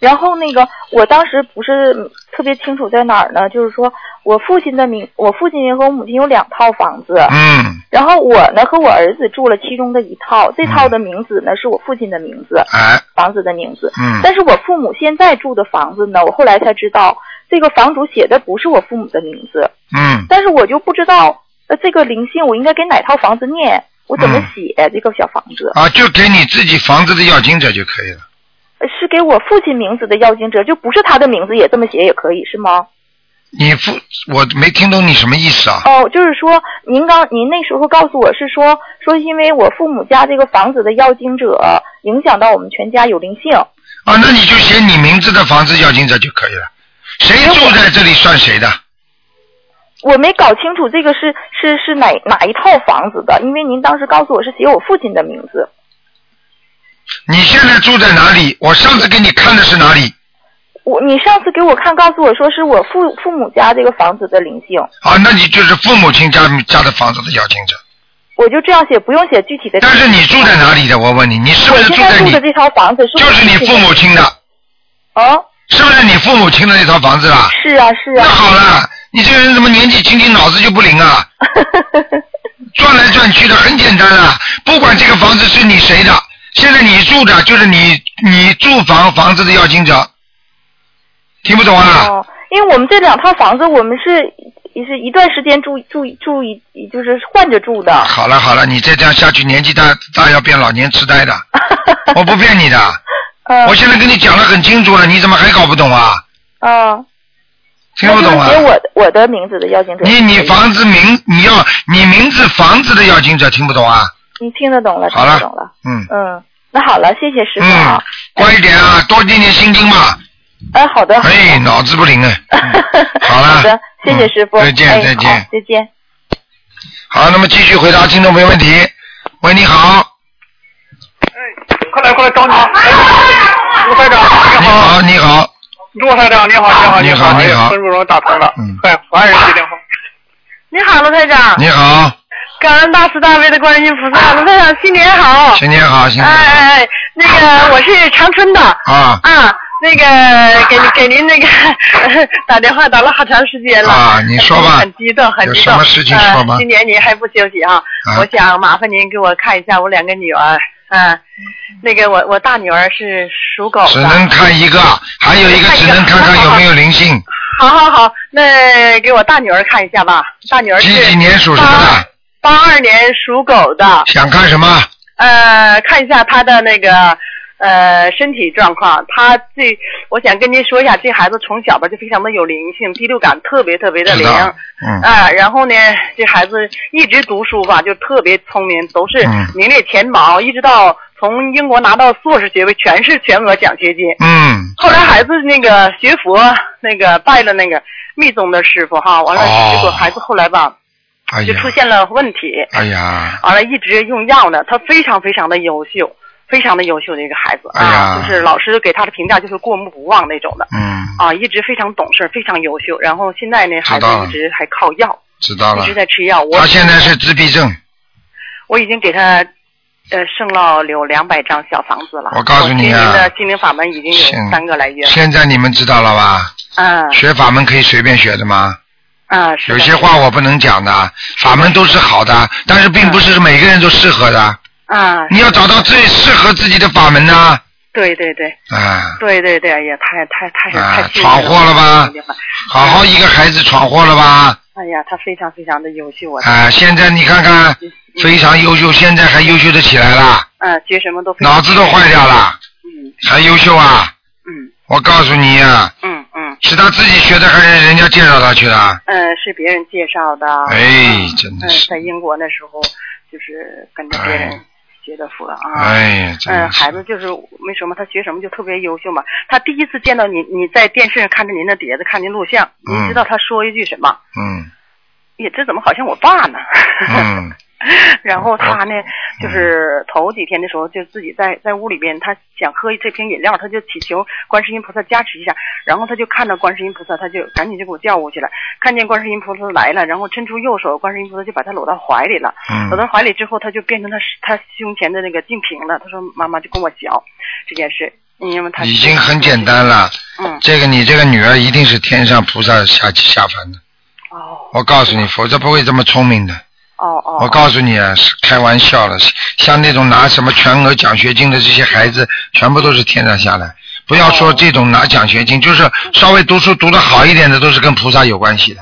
S2: 然后那个我当时不是嗯特别清楚在哪儿呢，就是说我父亲的名，我父亲和我母亲有两套房子，
S1: 嗯，
S2: 然后我呢和我儿子住了其中的一套，这套的名字呢是我父亲的名字，
S1: 哎，
S2: 房子的名字，
S1: 嗯，
S2: 但是我父母现在住的房子呢，我后来才知道，这个房主写的不是我父母的名字，
S1: 嗯，
S2: 但是我就不知道，呃，这个灵性我应该给哪套房子念，我怎么
S1: 嗯
S2: 写、这个小房子？
S1: 啊，就给你自己房子的要经者就可以了。
S2: 呃是给我父亲名字的要经者，就不是他的名字也这么写也可以是吗？
S1: 你父，我没听懂你什么意思啊？
S2: 哦，就是说您刚您那时候告诉我是说说因为我父母家这个房子的要经者影响到我们全家有灵性，
S1: 啊，那你就写你名字的房子要经者就可以了。谁住在这里算谁的？
S2: 我没搞清楚这个是是是哪哪一套房子的，因为您当时告诉我是写我父亲的名字。
S1: 你现在住在哪里？我上次给你看的是哪里？
S2: 我你上次给我看，告诉我说是我父父母家这个房子的灵性，
S1: 啊，那你就是父母亲家家的房子的要经者。
S2: 我就这样写，不用写具体的。
S1: 但是你住在哪里的？我问你，你是不
S2: 我
S1: 是住
S2: 现在
S1: 在
S2: 住
S1: 你
S2: 的这套房子是我
S1: 就是你父母亲的？
S2: 哦，
S1: 是不是你父母亲的那套房子啦？
S2: 是啊是
S1: 那
S2: 啊，
S1: 好了，你这个人怎么年纪轻轻脑子就不灵啊？转来转去的很简单啊，不管这个房子是你谁的，现在你住的就是你你住房房子的要经者，听不懂
S2: (laughs)
S1: 啊？
S2: 哦，因为我们这两套房子我们是也是一段时间住住住一就是换着住的。
S1: 好了好了，你再这样下去，年纪大大要变老年痴呆的，我不骗你的，
S2: (laughs) 嗯
S1: 我现在跟你讲的很清楚了，你怎么还搞不懂啊？
S2: 嗯，
S1: 听不懂啊
S2: 那就？是写我的我的名字的要请者。
S1: 你你房子名你要你名字房子的要经者听不懂啊？
S2: 你听得懂了，
S1: 好
S2: 听
S1: 了
S2: 得懂了。
S1: 嗯
S2: 嗯，那好了，谢谢师傅啊
S1: 嗯。，乖一点啊，多念念心经嘛。
S2: 哎，好的。好的
S1: 哎，
S7: (laughs)
S1: 脑子不灵啊。嗯好了
S2: 好的，谢谢师傅。
S1: 嗯再见
S2: 哎
S1: 再见
S2: 好再见。
S1: 好，那么继续回答听众朋友问题。喂，你好，
S5: 快来，快来找你！
S1: 啊
S5: 卢台长，
S1: 你
S5: 你好，
S1: 好，
S8: 哎
S1: 你好，
S5: 卢台长，你好，你好，
S1: 啊你好
S5: 好，哎
S1: 你好
S5: 呀，分不容易打通了
S1: 嗯，
S5: 哎，凡人接电话。
S8: 你好，卢台长，
S1: 你好，
S8: 感恩大慈大悲的观世音菩萨，卢台长新年好。
S1: 新年好，啊新
S8: 哎
S1: 年好
S8: 哎哎，那个我是长春的，
S1: 啊
S8: 啊，那个给给您那个 (laughs) 打电话打了好长时间了。
S1: 啊，你说吧，
S8: 很激动，很
S1: 有
S8: 激
S1: 什
S8: 动。
S1: 么事情说吧
S8: 呃今年您还不休息啊？
S1: 啊
S8: 我想麻烦您给我看一下我两个女儿。嗯、那个我我大女儿是属狗
S1: 只
S8: 的。
S1: 能看一个，还有一个只能看看有没有灵性。
S8: 好好好，那给我大女儿看一下吧。大女儿
S1: 几几
S8: 是
S1: 年属什么的？
S8: 八二年属狗的。
S1: 想看什么？
S8: 呃，看一下他的那个呃身体状况。他这，我想跟您说一下，这孩子从小吧就非常的有灵性，第六感特别特别的
S1: 知
S8: 灵。
S1: 道，嗯，
S8: 啊，然后呢，这孩子一直读书吧，就特别聪明，都是
S1: 嗯
S8: 名列前茅，一直到从英国拿到硕士学位，全是全额奖学金。
S1: 嗯，
S8: 后来孩子那个学佛，那个拜了那个密宗的师傅哈，完了
S1: 哦
S8: 结果孩子后来吧
S1: 哎
S8: 就
S1: 呀，
S8: 出现了问题，
S1: 哎呀，
S8: 完了，一直用药呢。他非常非常的优秀，非常的优秀的一个孩子
S1: 哎呀
S8: 啊，就是老师给他的评价就是过目不忘那种的
S1: 嗯，
S8: 啊，一直非常懂事，非常优秀。然后现在呢，
S1: 知
S8: 孩子
S1: 道了
S8: 一直还靠药，
S1: 知道
S8: 一
S1: 了
S8: 直。在吃药。我
S1: 他嗯啊现在是自闭症，
S8: 我已经给他呃剩了有两百张小房子了。
S1: 我告诉你啊
S8: 我今年的心灵法门已经
S1: 现
S8: 有三个来月了。
S1: 现在你们知道了吧？
S8: 嗯
S1: 学法门可以随便学的吗？
S8: 嗯，是
S1: 有
S8: 的
S1: 些话我不能讲的，法门都是好的，但是并不是每个人都适合的。
S8: 啊，
S1: 你要找到最适合自己的法门呢，
S8: 对对对
S1: 啊，
S8: 对对对，也太太太
S1: 啊
S8: 太幸运
S1: 闯祸了吧
S8: 这个地方
S1: 好好一个孩子闯祸了吧？
S8: 哎呀，他非常非常的优秀啊！
S1: 啊，现在你看看，非常优秀，现在还优秀的起来了，
S8: 嗯，学什么都非常
S1: 脑子都坏掉了，
S8: 嗯
S1: 还优秀啊！
S8: 嗯
S1: 我告诉你啊，
S8: 嗯嗯
S1: 是他自己学的还是人家介绍他去的？
S8: 嗯，是别人介绍的。
S1: 哎，真的
S8: 嗯，
S1: 是，
S8: 在英国那时候就是跟着别人学的佛啊。
S1: 哎呀，真
S8: 嗯，
S1: 的
S8: 孩
S1: 是。
S8: 子就是为什么他学什么就特别优秀嘛。他第一次见到你，你在电视上看着您的碟子，看您录像，
S1: 嗯
S8: 您知道他说一句什么？ (laughs)
S1: 嗯
S8: 也这怎么好像我爸呢？ (laughs)
S1: 嗯
S8: 然后他呢，就是头几天的时候，就自己在在屋里边，他想喝这瓶饮料，他就祈求观世音菩萨加持一下。然后他就看到观世音菩萨，他就赶紧就给我叫过去了。看见观世音菩萨来了，然后伸出右手，观世音菩萨就把他搂到怀里了。
S1: 嗯
S8: 搂到怀里之后，他就变成他他胸前的那个净瓶了。他说：“妈妈就跟我讲这件事，嗯因为他
S1: 已经很简单了。
S8: 嗯
S1: 这个你这个女儿一定是天上菩萨下下凡的，
S8: 哦
S1: 我告诉你，否则不会这么聪明的。
S8: 哦
S1: 我
S8: 哦
S1: 告诉你啊，是开玩笑了。像那种拿什么全额奖学金的这些孩子，全部都是天上下来。不要说这种拿奖学金，就是稍微读书读得好一点的，都是跟菩萨有关系的。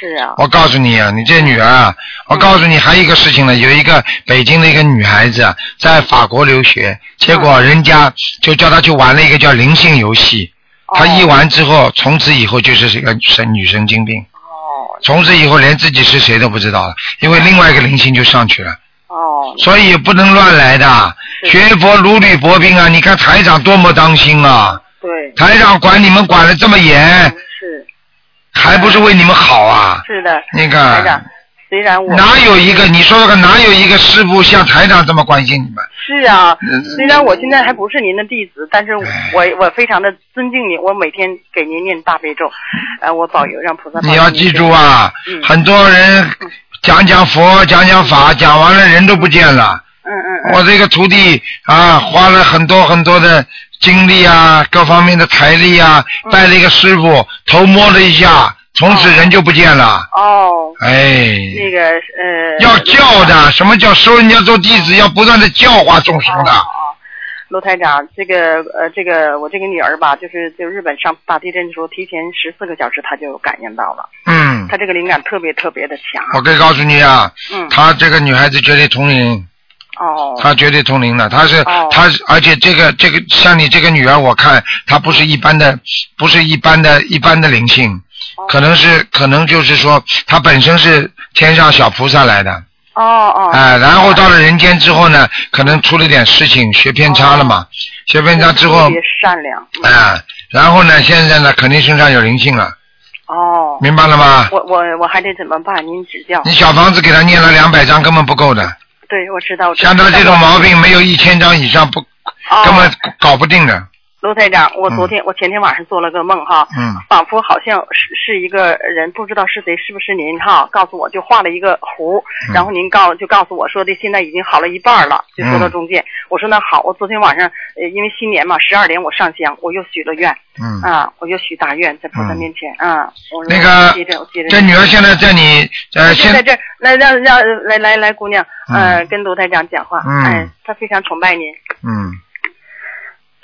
S8: 是啊
S1: 我告诉你啊，你这女儿啊，我告诉你还有一个事情呢，有一个北京的一个女孩子啊，在法国留学，结果人家就叫她去玩了一个叫灵性游戏，她一玩之后，从此以后就是一个神女神经病，
S8: 哦
S1: 从此以后连自己是谁都不知道了，因为另外一个灵性就上去了，
S8: 哦
S1: 所以不能乱来的，学佛如履薄冰啊！你看台长多么当心啊，
S8: 对
S1: 台长管你们管得这么严，
S8: 是
S1: 还不是为你们好啊？
S8: 是的，
S1: 你
S8: 台长
S1: 看。，
S8: 虽然我
S1: 哪有一个？你说说看，哪有一个师傅像台长这么关心你们？
S8: 是啊
S1: 嗯，哎
S8: 虽然我现在还不是您的弟子，但是我我非常的尊敬您，我每天给您念大悲咒，呃，我保佑让菩萨。
S1: 你要记住！啊，
S8: 嗯
S1: 很多人讲讲佛，讲讲法，讲完了人都不见了。
S8: 嗯嗯嗯，
S1: 我这个徒弟啊，花了很多很多的精力啊，各方面的财力啊，
S8: 嗯
S1: 拜了一个师傅，头摸了一下，从此人就不见了。
S8: 哦，
S1: 哎，
S8: 那个呃，
S1: 要教的，什么叫收人家做弟子？要不断的教化众生的。
S8: 哦卢台长，这个呃，这个我这个女儿吧，就是就日本上大地震的时候，提前十四个小时她就感应到了，
S1: 嗯，
S8: 她这个灵感特别特别的强。
S1: 我可以告诉你啊，
S8: 嗯，
S1: 她这个女孩子绝对通灵。
S8: 哦，
S1: 他绝对通灵的，他是、
S8: 哦
S1: 他，而且这个这个像你这个女儿，我看她不是一般的，不是一般的一般的灵性，
S8: 哦
S1: 可能是可能就是说她本身是天上小菩萨来的，
S8: 哦哦，
S1: 哎、然后到了人间之后呢，可能出了点事情，学偏差了嘛，学偏差之后
S8: 哦特，别善良。
S1: 哎、然后呢，现在呢肯定身上有灵性了，
S8: 哦，
S1: 明白了吗？
S8: 我我我还得怎么办？您指教。
S1: 你小房子给他念了两百张根本不够的，
S8: 对，我知道。我知道
S1: 像他这种毛病，没有一千张以上不
S8: 哦
S1: 根本搞不定的。
S8: 卢台长，我昨天、我前天晚上做了个梦哈，
S1: 嗯
S8: 仿佛好像是是一个人，不知道是谁，是不是您哈？告诉我就画了一个弧，
S1: 嗯
S8: 然后您告就告诉我说的现在已经好了一半了，就
S1: 嗯
S8: 说到中间。我说那好，我昨天晚上呃因为新年嘛，十二点我上香，我又许了愿
S1: 嗯，
S8: 啊，我又许大愿在菩萨面前、啊。我说
S1: 那个
S8: 接着我接着
S1: 这女儿现在在你呃
S8: 就在
S1: 现
S8: 这儿，来让让来来来，姑娘，呃，
S1: 嗯
S8: 跟卢台长讲话，
S1: 嗯
S8: 哎，她非常崇拜您，
S1: 嗯，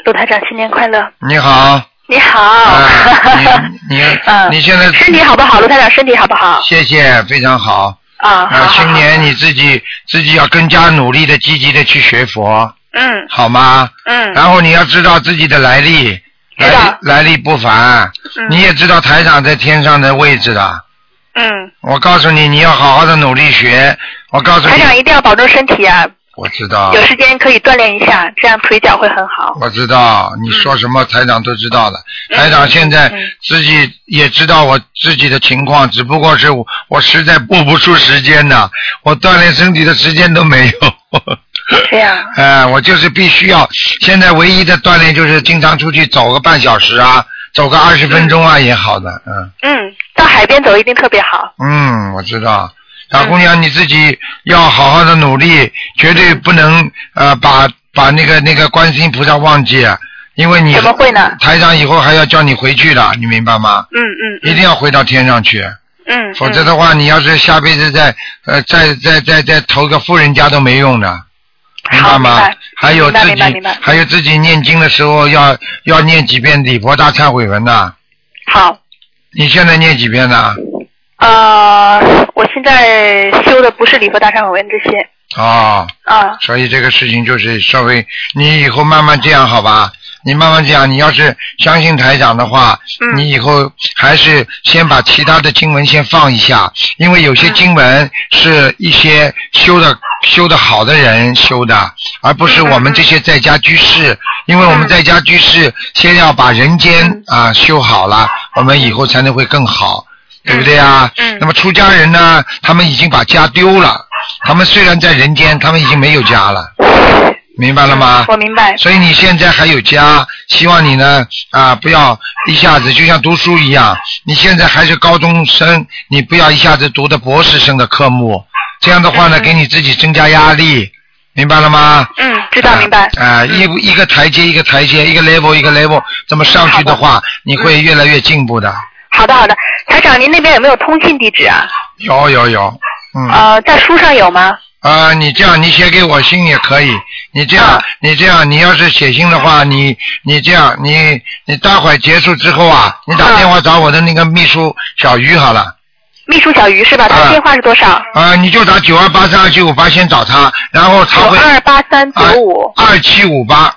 S7: 卢台长，新年快乐！
S1: 你好，
S7: 你好， (laughs)
S1: 啊，你你
S7: 嗯
S1: 你现在
S7: 身体好不好？卢台长，身体好不好？
S1: 谢谢，非常好
S7: 啊，好
S1: 啊！
S7: 好
S1: 新
S7: 好，
S1: 年你自己自己要更加努力的、积极的去学佛，
S7: 嗯
S1: 好吗？
S7: 嗯，
S1: 然后你要知道自己的来历，
S7: 知
S1: 来历
S7: 道
S1: 来历不凡。你也知道台长在天上的位置的。
S7: 嗯，
S1: 我告诉你，你要好好的努力学。我告诉你
S7: 台，长一定要保重身体啊，
S1: 我知道
S7: 有，时间可以锻炼一下，这样腿脚会很好。
S1: 我知道，你说什么台长都知道的。
S7: 嗯
S1: 台长现在
S7: 嗯
S1: 自己也知道我自己的情况，只不过是我我实在拨不出时间呐，我锻炼身体的时间都没有。 (laughs)
S7: 这样，
S1: 哎，我就是必须要，现在唯一的锻炼就是经常出去走个半小时啊，走个二十分钟啊也好的，嗯
S7: 嗯，到海边走一定特别好。
S1: 嗯，我知道。小姑娘，你自己要好好的努力，绝对不能呃把把那个那个观世音菩萨忘记，啊因为你
S7: 怎么会呢？
S1: 台长以后还要叫你回去的，你明白吗？
S7: 嗯嗯
S1: 一定要回到天上去，
S7: 嗯，嗯
S1: 否则的话，你要是下辈子再呃再再再再投个富人家都没用的。明白
S7: 好明
S1: 吗
S7: 白？
S1: 还有自
S7: 明白明
S1: 己
S7: 白明白，
S1: 还有自己念经的时候要要念几遍礼佛大忏悔文呐、
S7: 好。
S1: 你现在念几遍呢、
S7: 呃，我现在修的不是礼佛大忏悔文这些
S1: 哦，
S7: 啊，
S1: 所以这个事情就是稍微，你以后慢慢这样好吧？你慢慢这样，你要是相信台长的话，
S7: 嗯
S1: 你以后还是先把其他的经文先放一下，因为有些经文是一些修的修的好的人修的，而不是我们这些在家居士，因为我们在家居士先要把人间
S7: 嗯
S1: 啊修好了，我们以后才能会更好。对不对啊？
S7: 嗯
S1: 那么出家人呢，他们已经把家丢了，他们虽然在人间，他们已经没有家了，明白了吗？
S7: 我明白。
S1: 所以你现在还有家，希望你呢啊、不要一下子就像读书一样，你现在还是高中生，你不要一下子读的博士生的科目，这样的话呢，给你自己增加压力，明白了吗？
S7: 嗯，知道明白嗯
S1: 啊、。啊一步一个台阶一个台阶，一个 level 一个 level 这么上去的话，你会越来越进步的。
S7: 好的好的，台长您那边有没有通信地址啊？
S1: 有有有，嗯。
S7: 呃，在书上有吗？
S1: 啊、你这样你写给我信也可以，你这样、
S7: 啊
S1: 你这样你要是写信的话，你你这样你你待会儿结束之后啊，你打
S7: 啊
S1: 电话找我的那个秘书小鱼好了，
S7: 秘书小鱼是吧？他
S1: 啊
S7: 的电话是多少？
S1: 啊、你就打九二八三二七五八先找他，然后他
S7: 九
S1: 会
S7: 二八三九五
S1: 二七五八，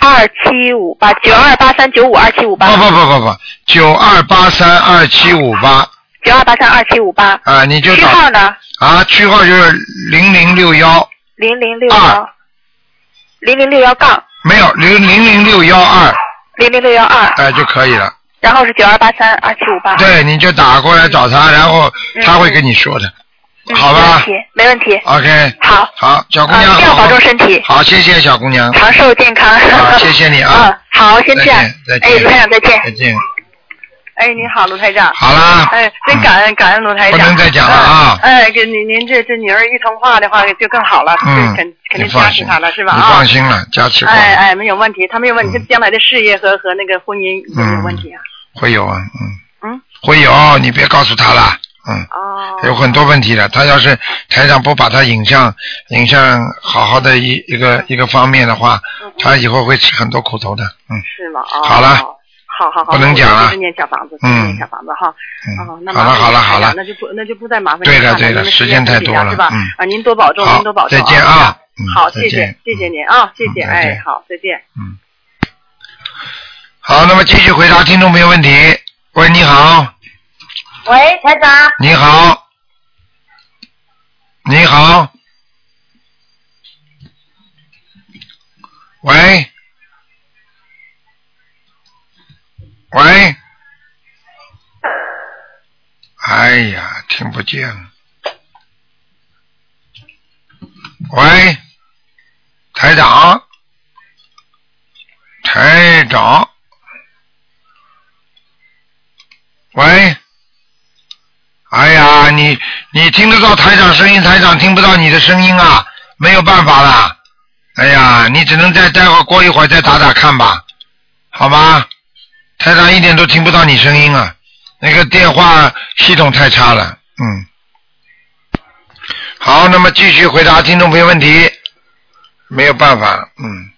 S7: 二七五八，九二八三九五二七五
S1: 不
S7: 八，
S1: 不不不不，九二八三二七五八
S7: 九二八三二七五八。
S1: 啊，你就
S7: 区
S1: 找
S7: 号呢？
S1: 啊，区号就是零零六幺，
S7: 零零六
S1: 二
S7: 幺，零零六幺杠
S1: 没有零零零六幺二，
S7: 零零六幺二，
S1: 哎就可以了。
S7: 然后是九二八三二七五
S8: (laughs)
S7: 八。
S1: 对，你就打过来找他，然后
S8: 嗯
S1: 他会跟你说的，
S7: 嗯，
S1: 好吧
S7: 没问题，没问题。
S1: ？OK，
S7: 好，
S1: 好，小姑
S7: 啊，
S1: 娘
S8: 呃
S7: 一定要
S1: 好，
S7: 保重身体，
S1: 好，谢谢小姑
S8: (laughs)
S1: 娘，
S7: 长寿健康。
S1: 好，谢谢你啊
S7: (laughs) 嗯，，好，先这样
S1: 再见
S7: 哎，
S1: 再。见
S7: 卢台长，再见。
S1: 再见，
S8: 哎，您好，卢台长。
S1: 好啦，
S8: 哎，真感恩感恩卢台
S1: 嗯不
S8: 长。
S1: 能再讲了啊，
S8: 哎，给您您这这女儿一通话的话就更好了，
S1: 嗯
S8: 肯，肯
S1: 你
S8: 定加
S1: 放
S8: 持
S1: 心
S8: 她了是吧
S1: 你放
S8: 啊？
S1: 心了，加持过
S8: 哎哎，没有问题，她没有问题
S1: 嗯，
S8: 将来的事业和和那个婚姻也有问题啊。
S1: 会有啊，嗯，
S8: 嗯，
S1: 会有，你别告诉他了，嗯。
S8: 哦，
S1: 有很多问题的，他要是台长不把他引向引向好好的一一个一个方面的话，
S8: 嗯
S1: 他以后会吃很多苦头的。嗯，
S8: 是吗？哦，
S1: 好了
S8: 好好好，
S1: 不能讲了
S8: 我就是念小房子，就是念小房子哈。哦，
S1: 嗯，
S8: 那
S1: 好了
S8: 麻烦
S1: 好了
S8: 您
S1: 好了
S8: 台长，那就不那就不再麻烦您
S1: 对的
S8: 了
S1: 对的
S8: 您的
S1: 时间太多了
S8: 是吧
S1: 嗯？
S8: 啊，您多保重，
S1: 好
S8: 您多保重，
S1: 再见啊嗯
S8: 好，
S1: 再
S8: 谢谢
S1: 见
S8: 谢谢您啊，谢谢，
S1: 嗯再见
S8: 哎，好，再见。
S1: 好，那么继续回答听众朋友问题。喂，你好，
S9: 喂，台长，
S1: 你好，你好，喂，喂，哎见了。喂，台长，台长，喂，哎呀，你你听得到台长声音，台长听不到你的声音啊，没有办法啦。哎呀，你只能再待会儿过一会儿再打打看吧，好吧？台长一点都听不到你声音啊，那个电话系统太差了，嗯。好，那么继续回答听众朋友问题，没有办法，嗯。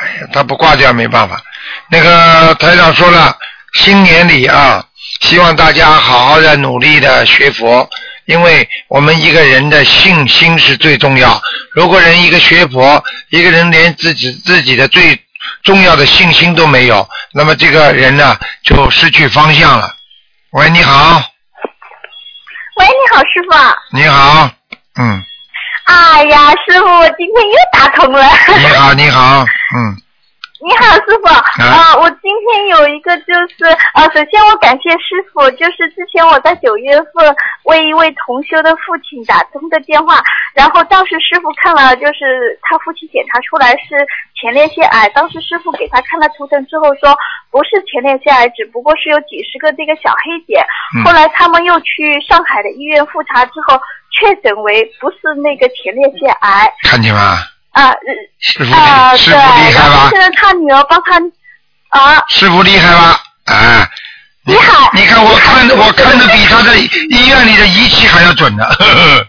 S1: 哎呀，他不挂掉没办法。那个台长说了，新年里啊，希望大家好好的努力的学佛，因为我们一个人的信心是最重要。如果人一个学佛，一个人连自己自己的最重要的信心都没有，那么这个人呢就失去方向了。喂，你好，
S2: 喂，你好，师傅。
S1: 你好，嗯，
S2: 哎呀，师傅，我今天又打通了。
S1: 你好，你好，嗯，
S2: 你好，师傅。啊、呃，我今天有一个就是，呃，首先我感谢师傅，就是之前我在九月份为一位同修的父亲打通的电话，然后当时师傅看了，就是他父亲检查出来是前列腺癌，当时师傅给他看了图腾之后说不是前列腺癌，只不过是有几十个这个小黑点
S1: 嗯。
S2: 后来他们又去上海的医院复查之后，确诊为不是那个前列腺癌。
S1: 看见吗？
S2: 啊，
S1: 师傅厉
S2: 啊，
S1: 嗯师
S2: 对，
S1: 傅厉害
S2: 然后
S1: 吧？
S2: 现在他女儿帮他啊，
S1: 师傅厉害吧？哎，
S2: 厉害！
S1: (laughs) 你看我看的我看的比他的医院里的仪器还要准呢。 (laughs) 呵呵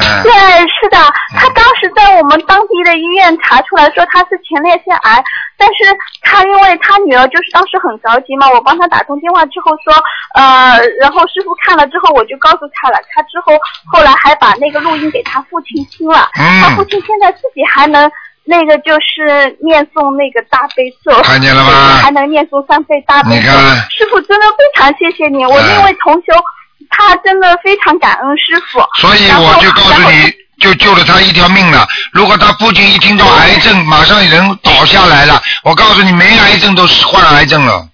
S1: 嗯
S2: 对，是的，他当时在我们当地的医院查出来说他是前列腺癌，但是他因为他女儿就是当时很着急嘛，我帮他打通电话之后说，呃，然后师傅看了之后我就告诉他了，他之后后来还把那个录音给他父亲听了，
S1: 嗯
S2: 他父亲现在自己还能。那个就是念诵那个大悲咒，
S1: 看见了吗
S2: 还能念诵三倍大悲
S1: 你
S2: 咒
S1: 看。
S2: 师傅真的非常谢谢你，我那位同修，他真的非常感恩师傅。
S1: 所以我就告诉你，就救了他一条命了。如果他父亲一听到癌症，马上人倒下来了。我告诉你，没癌症都是患癌症了。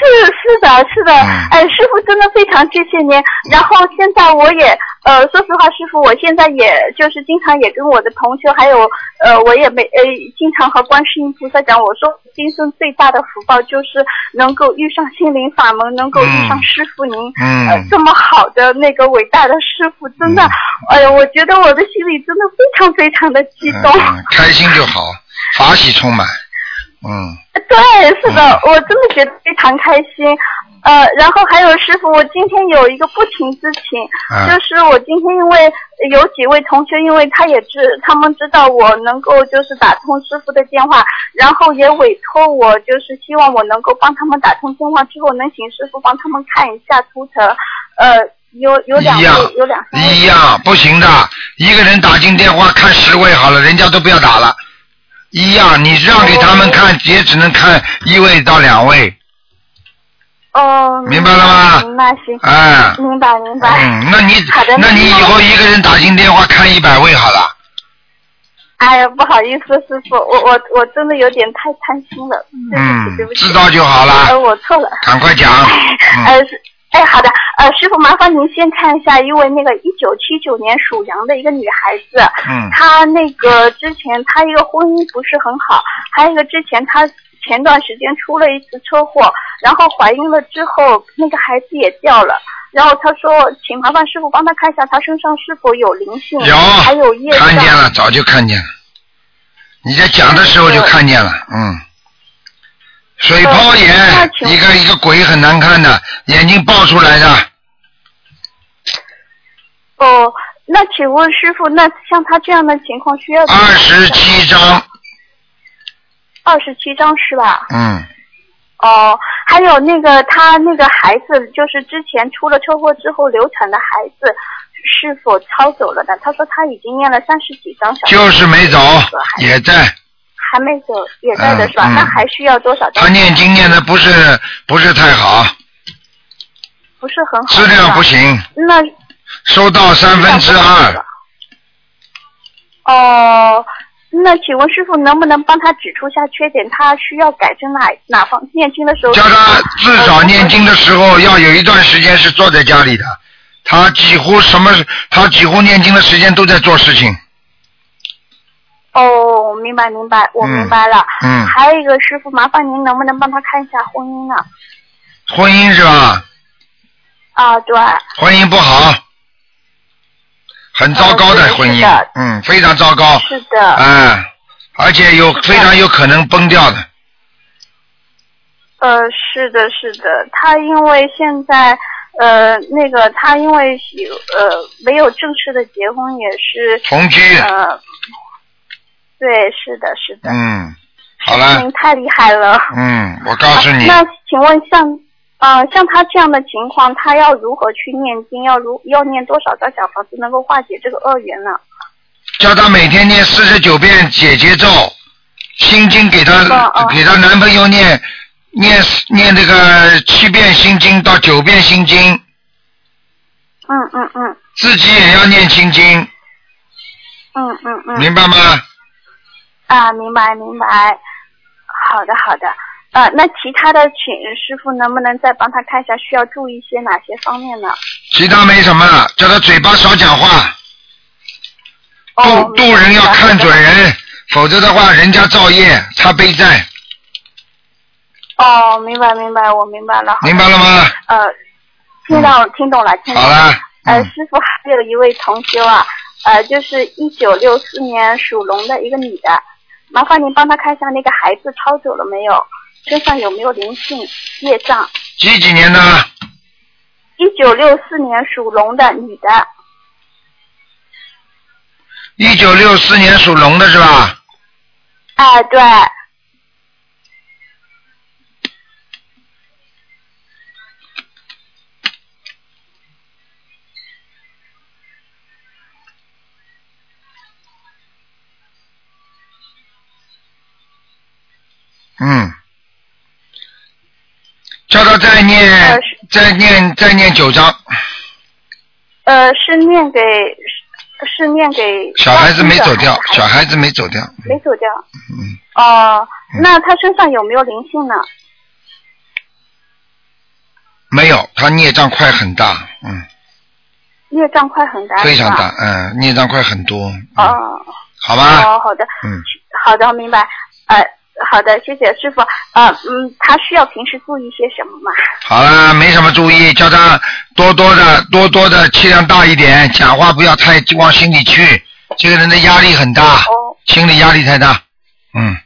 S2: 是是的，是的，哎，师傅真的非常谢谢您。然后现在我也，呃，说实话，师傅，我现在也就是经常也跟我的同修，还有呃，我也没呃，经常和观世音菩萨讲，我说今生最大的福报就是能够遇上心灵法门，能够遇上师傅您，
S1: 嗯
S2: 呃，这么好的那个伟大的师傅，真的，哎呀，我觉得我的心里真的非常非常的激动。
S1: 嗯，开心就好，法喜充满。嗯，
S2: 对，是的，我真的觉得非常开心。呃，然后还有师傅，我今天有一个不情之请，
S10: 嗯
S1: 啊
S2: 就是我今天因为呃有几位同学，因为他也知他们知道我能够就是打通师傅的电话，然后也委托我，就是希望我能够帮他们打通电话之后，能请师傅帮他们看一下图腾。呃，有有两
S1: 一
S2: 位
S1: 样，
S2: 有两三位
S1: 一样不行的。一个人打进电话看十位好了，人家都不要打了。一样，你让给他们看，也只能看一位到两位。
S2: 哦，
S1: 明白了吗
S2: 明白行，
S1: 哎
S2: 明白明白。
S1: 嗯，那你
S2: 好的，
S1: 那你以
S2: 明白
S1: 后一个人打进电话看一百位好了。
S2: 哎呀，不好意思，师傅，我我我真的有点太贪心了，
S1: 嗯
S2: 对不，起，
S1: 知道就好
S2: 呃，
S1: 了。
S2: 我错了。
S1: 赶快讲。嗯，
S2: 呃，是哎，好的，呃，师傅，麻烦您先看一下一位那个一九七九年属羊的一个女孩子，
S1: 嗯
S2: 她那个之前她一个婚姻不是很好，还有一个之前她前段时间出了一次车祸，然后怀孕了之后那个孩子也掉了。然后她说，请麻烦师傅帮她看一下，她身上是否有灵性，
S1: 有
S2: 还有业障。
S1: 看见了，早就看见了。你在讲的时候就看见了，嗯。水泡
S2: 那
S1: 眼，
S2: 请
S1: 一个一个鬼很难看的，眼睛爆出来的，
S2: 哦，那请问师傅，那像他这样的情况需要多少
S1: 二十七张，
S2: 二十七张是吧？
S1: 嗯，
S2: 哦，还有那个他那个孩子，就是之前出了车祸之后流产的孩子，是否超走了呢？他说他已经念了三十几张小，
S1: 就是没走，也在。
S2: 还没走，也在的是吧？
S1: 嗯嗯
S2: 那还需要多少张？
S1: 他念经念的不是不是太好，
S2: 不是很好，
S1: 质
S2: 是
S1: 量
S2: 吧
S1: 不。行，
S2: 那
S1: 收到三分之二，
S2: 哦，那请问师傅能不能帮他指出下缺点？他需要改正哪哪方？念经的时候
S1: 教他至少念经的时候要有一段时间是坐在家里的，他几乎什么，他几乎念经的时间都在做事情。
S2: 哦，明白明白，我明白了。
S1: 嗯嗯
S2: 还有一个师傅，麻烦您能不能帮他看一下婚姻啊？
S1: 婚姻是吧？
S2: 啊，对，
S1: 婚姻不好，很糟糕的婚姻，
S2: 的
S1: 嗯，非常糟糕，
S2: 是的。
S1: 嗯，而且有非常有可能崩掉的，
S2: 呃，是的，是的，他因为现在呃那个他因为有呃没有正式的结婚，也是
S1: 同居
S2: 呃，对，是的，是的，
S1: 嗯，好了，
S2: 您太厉害了。
S1: 嗯，我告诉你，
S2: 那请问像呃像他这样的情况，他要如何去念经？要如要念多少张小房子能够化解这个恶缘呢？
S1: 叫她每天念四十九遍解结咒，心经给她、
S2: 啊
S1: 给她男朋友念念念这个七遍心经到九遍心经，
S2: 嗯嗯嗯
S1: 自己也要念心经，
S2: 嗯嗯嗯。
S1: 明白吗？
S2: 啊，明白明白。好的好的。呃，那其他的，请师傅能不能再帮他看一下，需要注意些哪些方面呢？
S1: 其他没什么了，叫她嘴巴少讲话，
S2: 哦
S1: 渡渡人要看准人，否则的话人家造业他背债，
S2: 哦，明白明白，我明白了。好的
S1: 明白了吗？
S2: 呃，听到听懂了，听
S1: 嗯
S2: 懂
S1: 好了。嗯
S2: 呃，师傅还有一位同修啊，呃，就是一九六四年属龙的一个女的，麻烦您帮她看一下那个孩子抄走了没有，身上有没有灵性业障？
S1: 几几年的？
S2: 一九六四年属龙的女的，
S1: 一九六四年属龙的是吧？
S2: 哎、对，
S1: 嗯，叫他再念、再念再念九章，
S2: 呃，是念给是是念给
S1: 小孩子没
S2: 哦
S1: 走掉
S2: 大，
S1: 小孩子没走掉，
S2: 没走掉。
S1: 嗯。
S2: 哦、那她身上有没有灵性呢？
S1: 没有，他孽障块很大，嗯，
S2: 业障快很大，
S1: 非常
S2: 是吧
S1: 大，嗯，孽障块很多，
S2: 哎
S1: 嗯
S2: 哦，
S1: 好吧，
S2: 哦，好的，
S1: 嗯，
S2: 好的，明白。呃，好的，谢谢师傅。呃，嗯，他需要平时注意些什么吗？
S1: 好啦，没什么注意，叫他多多的多多的气量大一点，讲话不要太往心里去，这个人的压力很大，心理压力太大，嗯，
S2: 哦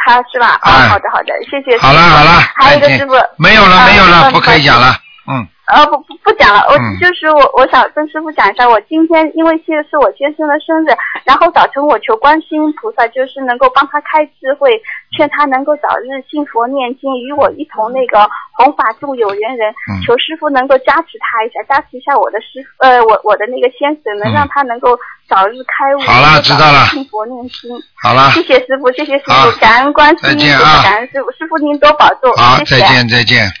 S2: 他是吧？啊、
S1: 哎
S2: 好的，好的，谢谢师傅。
S1: 好了好了，
S2: 还有一个
S1: 再见
S2: 师傅，
S1: 没有了
S10: 啊
S2: 呃
S1: 没有了，
S2: 嗯
S1: 不可以讲了，嗯。
S2: 呃，不不不讲了，我、
S1: 嗯
S2: 就是我，我想跟师傅讲一下，我今天因为现在是我先生的生日，然后早晨我求观世音菩萨，就是能够帮他开智慧，劝他能够早日信佛念经，与我一同那个弘法度有缘人，
S1: 嗯
S2: 求师傅能够加持他一下，加持一下我的师父呃，我我的那个先生，
S1: 嗯
S2: 能让他能够早日开悟，
S1: 好了
S2: 能够
S1: 知道了
S2: 早日信佛念经。
S1: 好了
S2: 谢谢师傅，谢谢师
S1: 好
S2: 傅，感恩观世音
S1: 再见
S2: 菩
S1: 啊
S2: 萨，感恩师傅，师傅您多保重，
S1: 好，
S2: 谢谢。
S1: 再见，再见。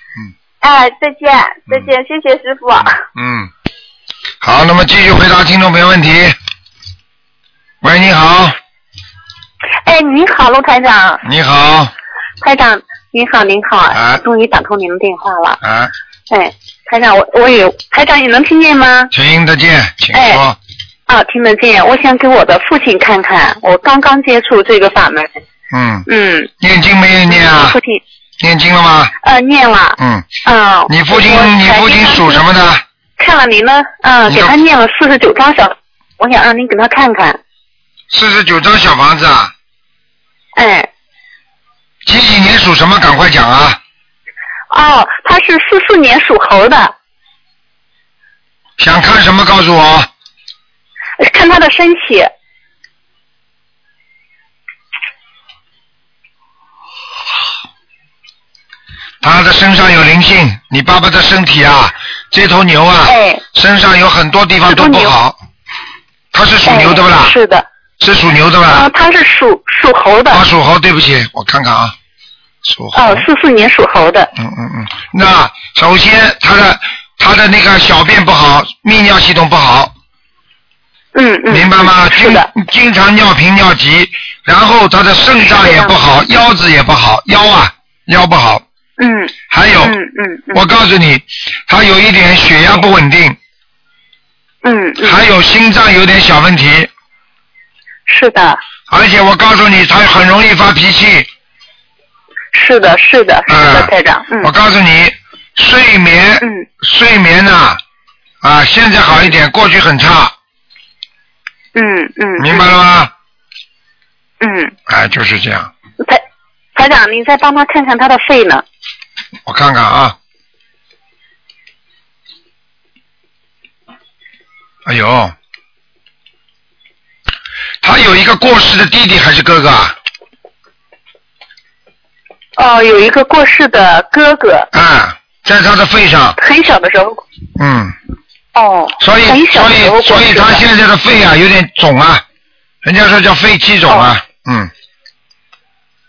S2: 哎，再见，再见，谢谢师傅。
S1: 嗯，好，那么继续回答听众朋友问题。喂，你好，
S10: 哎，你好，陆台长，
S1: 你好，
S10: 台长您好，您好，嗯
S1: 啊
S10: 终于打通您的电话了。
S1: 啊，
S10: 哎，台长，我我有，台长你能听见吗？
S1: 听得见，请说。
S10: 啊，听得见。我想给我的父亲看看，我刚刚接触这个法门。
S1: 嗯，
S10: 嗯，
S1: 念经没有念啊
S10: 父？亲，
S1: 念经了吗？
S10: 呃，念了，
S1: 嗯，
S10: 嗯。
S1: 你父亲
S10: 我
S1: 你父亲属什么的？
S10: 看了您呢，嗯，
S4: 啊
S1: 你
S10: 给
S1: 的
S10: 他念了四十九张小，我想让您给他看看。
S1: 四十九张小房子啊，
S10: 哎，
S1: 几几年属什么？赶快讲啊！
S10: 哦，他是四四年属猴的，
S1: 想看什么告诉我？
S10: 看他的身体。
S1: 他的身上有灵性，你爸爸的身体啊，这头牛啊，
S10: 哎
S4: 哎
S1: 身上有很多地方都不好。他是属牛的不啦？
S10: 哎是的。
S1: 是属牛的吧？
S4: 嗯
S10: 啊，他是属属猴的。
S1: 啊，属猴，对不起，我看看啊，属猴。
S10: 哦，四四年属猴的。
S1: 嗯嗯嗯。那首先他的他的那个小便不好，泌尿系统不好，
S4: 嗯嗯，
S1: 明白吗？经经常尿频尿急，然后他的肾脏也不好，腰子也不好，腰啊腰不好。
S4: 嗯。
S1: 还有，
S4: 嗯嗯嗯
S1: 我告诉你，他有一点血压不稳定，
S4: 嗯，嗯
S1: 还有心脏有点小问题，
S4: 是的，
S1: 而且我告诉你，他很容易发脾气。
S4: 是的，是的，
S1: 是的，
S4: 台长。嗯
S1: 我告诉你，睡眠，睡眠呐、啊，现在好一点，过去很差，
S4: 嗯嗯，
S1: 明白了吗？
S4: 嗯，
S1: 哎，就是这样，
S4: 台台长，您再帮他看看他的肺呢？
S1: 我看看啊。哎呦，他有一个过世的弟弟还是哥哥啊？
S4: 哦，有一个过世的哥哥，
S1: 啊，在他的肺上，
S4: 很小的时候，
S1: 嗯，
S4: 哦，
S1: 所以
S4: 很小
S1: 所
S4: 的时候过
S1: 以
S4: 世的
S1: 所以他现在的肺啊有点肿啊，人家说叫肺气肿啊，嗯，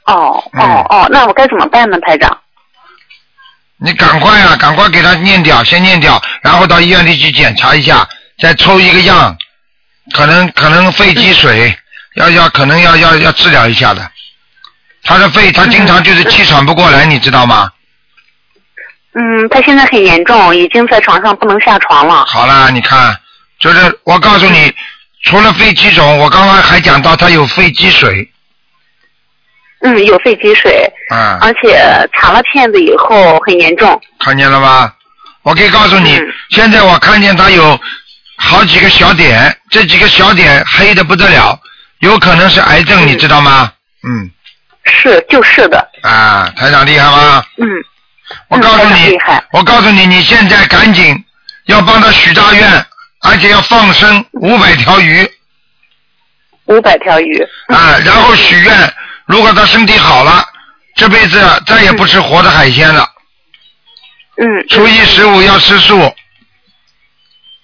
S4: 哦哦哦，那我该怎么办呢，台长？
S1: 你赶快啊，赶快给他念掉，先念掉，然后到医院里去检查一下，再抽一个样，可能可能肺积水，要要可能要要要治疗一下的。他的肺，他经常就是气喘不过来，你知道吗？
S4: 嗯，他现在很严重，已经在床上不能下床了。
S1: 好啦，你看，就是我告诉你，除了肺气肿，我刚刚还讲到他有肺积水，
S4: 嗯，有肺积水，
S1: 啊、
S4: 而且查了片子以后很严重。
S1: 看见了吧？我可以告诉你，现在我看见他有好几个小点，这几个小点黑的不得了，有可能是癌症，你知道吗？嗯，
S4: 是，就是的。
S1: 啊，台长厉害吗？
S4: 嗯，
S1: 我告诉你，我告诉你，你现在赶紧要帮他许大愿，而且要放生五百条鱼。
S4: 五百条鱼。
S1: 啊，然后许愿，如果他身体好了，这辈子再也不吃活的海鲜了。
S4: 嗯。
S1: 初一十五要吃素。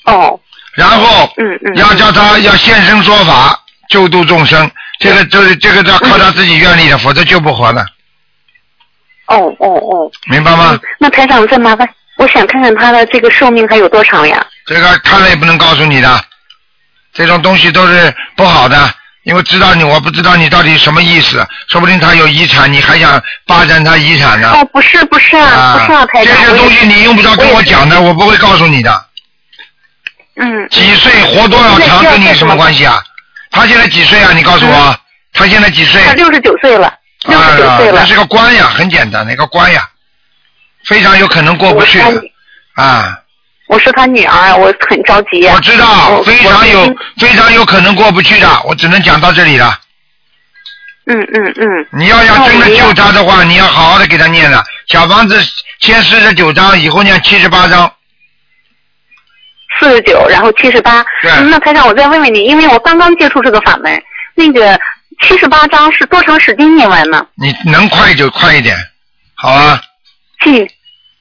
S4: 哦。
S1: 然后。
S4: 嗯嗯。
S1: 要叫他要现身说法，救度众生。这个就是这个要靠他自己愿力的，否则救不活的，
S4: 哦哦哦，
S1: 明白吗？
S4: 那台长再麻烦，我想看看他的这个寿命还有多长呀？
S1: 这个看了也不能告诉你的，这种东西都是不好的，因为知道你，我不知道你到底什么意思，说不定他有遗产，你还想霸占他遗产呢。
S4: 哦，不是不是啊，不是啊，台
S1: 这
S4: 长。
S1: 些东西你用不着跟我讲的，我不会告诉你的。
S4: 嗯。
S1: 几岁活多少长跟你什么关系啊？他现在几岁啊？你告诉我，他现在几岁？
S4: 他六十九岁了，
S1: 六
S4: 十九岁
S1: 哎啊
S4: 了
S1: 那是个官呀，很简单的一个官呀，非常有可能哦过不去的啊。
S4: 我是他女儿，我很着急呀。
S1: 我知道，非常有非常有可能过不去的，我只能讲到这里了。
S4: 嗯嗯嗯。
S1: 你要要真的救他的话，你要好好的给他念了。小房子先四十九章，以后念七十八章。
S4: 四十九，然后七十八。嗯那台长，我再问问你，因为我刚刚接触这个法门，那个七十八章是多长时间念完呢？
S1: 你能快就快一点，好啊。
S4: 尽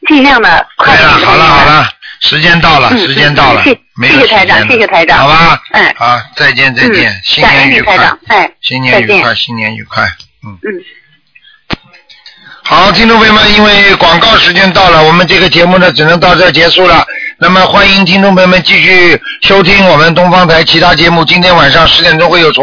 S4: 尽量的快。
S1: 好了哎好了，时间到了，
S4: 嗯
S1: 时间到了，
S4: 嗯
S1: 没
S4: 谢
S1: 有
S4: 谢
S1: 时间
S4: 谢台长，
S1: 了
S4: 谢谢台长，
S1: 好吧，
S4: 哎，
S1: 好，再见再见
S4: 嗯，
S1: 新
S4: 感
S1: 年
S4: 恩你
S1: 愉
S4: 台
S1: 快
S4: 长，哎，
S1: 新年
S4: 再
S1: 愉
S4: 见
S1: 快，新年愉快，嗯
S4: 嗯。
S1: 好，听众朋友们，因为广告时间到了，我们这个节目呢只能到这儿结束了。那么欢迎听众朋友们继续收听我们东方台其他节目，今天晚上十点钟会有重。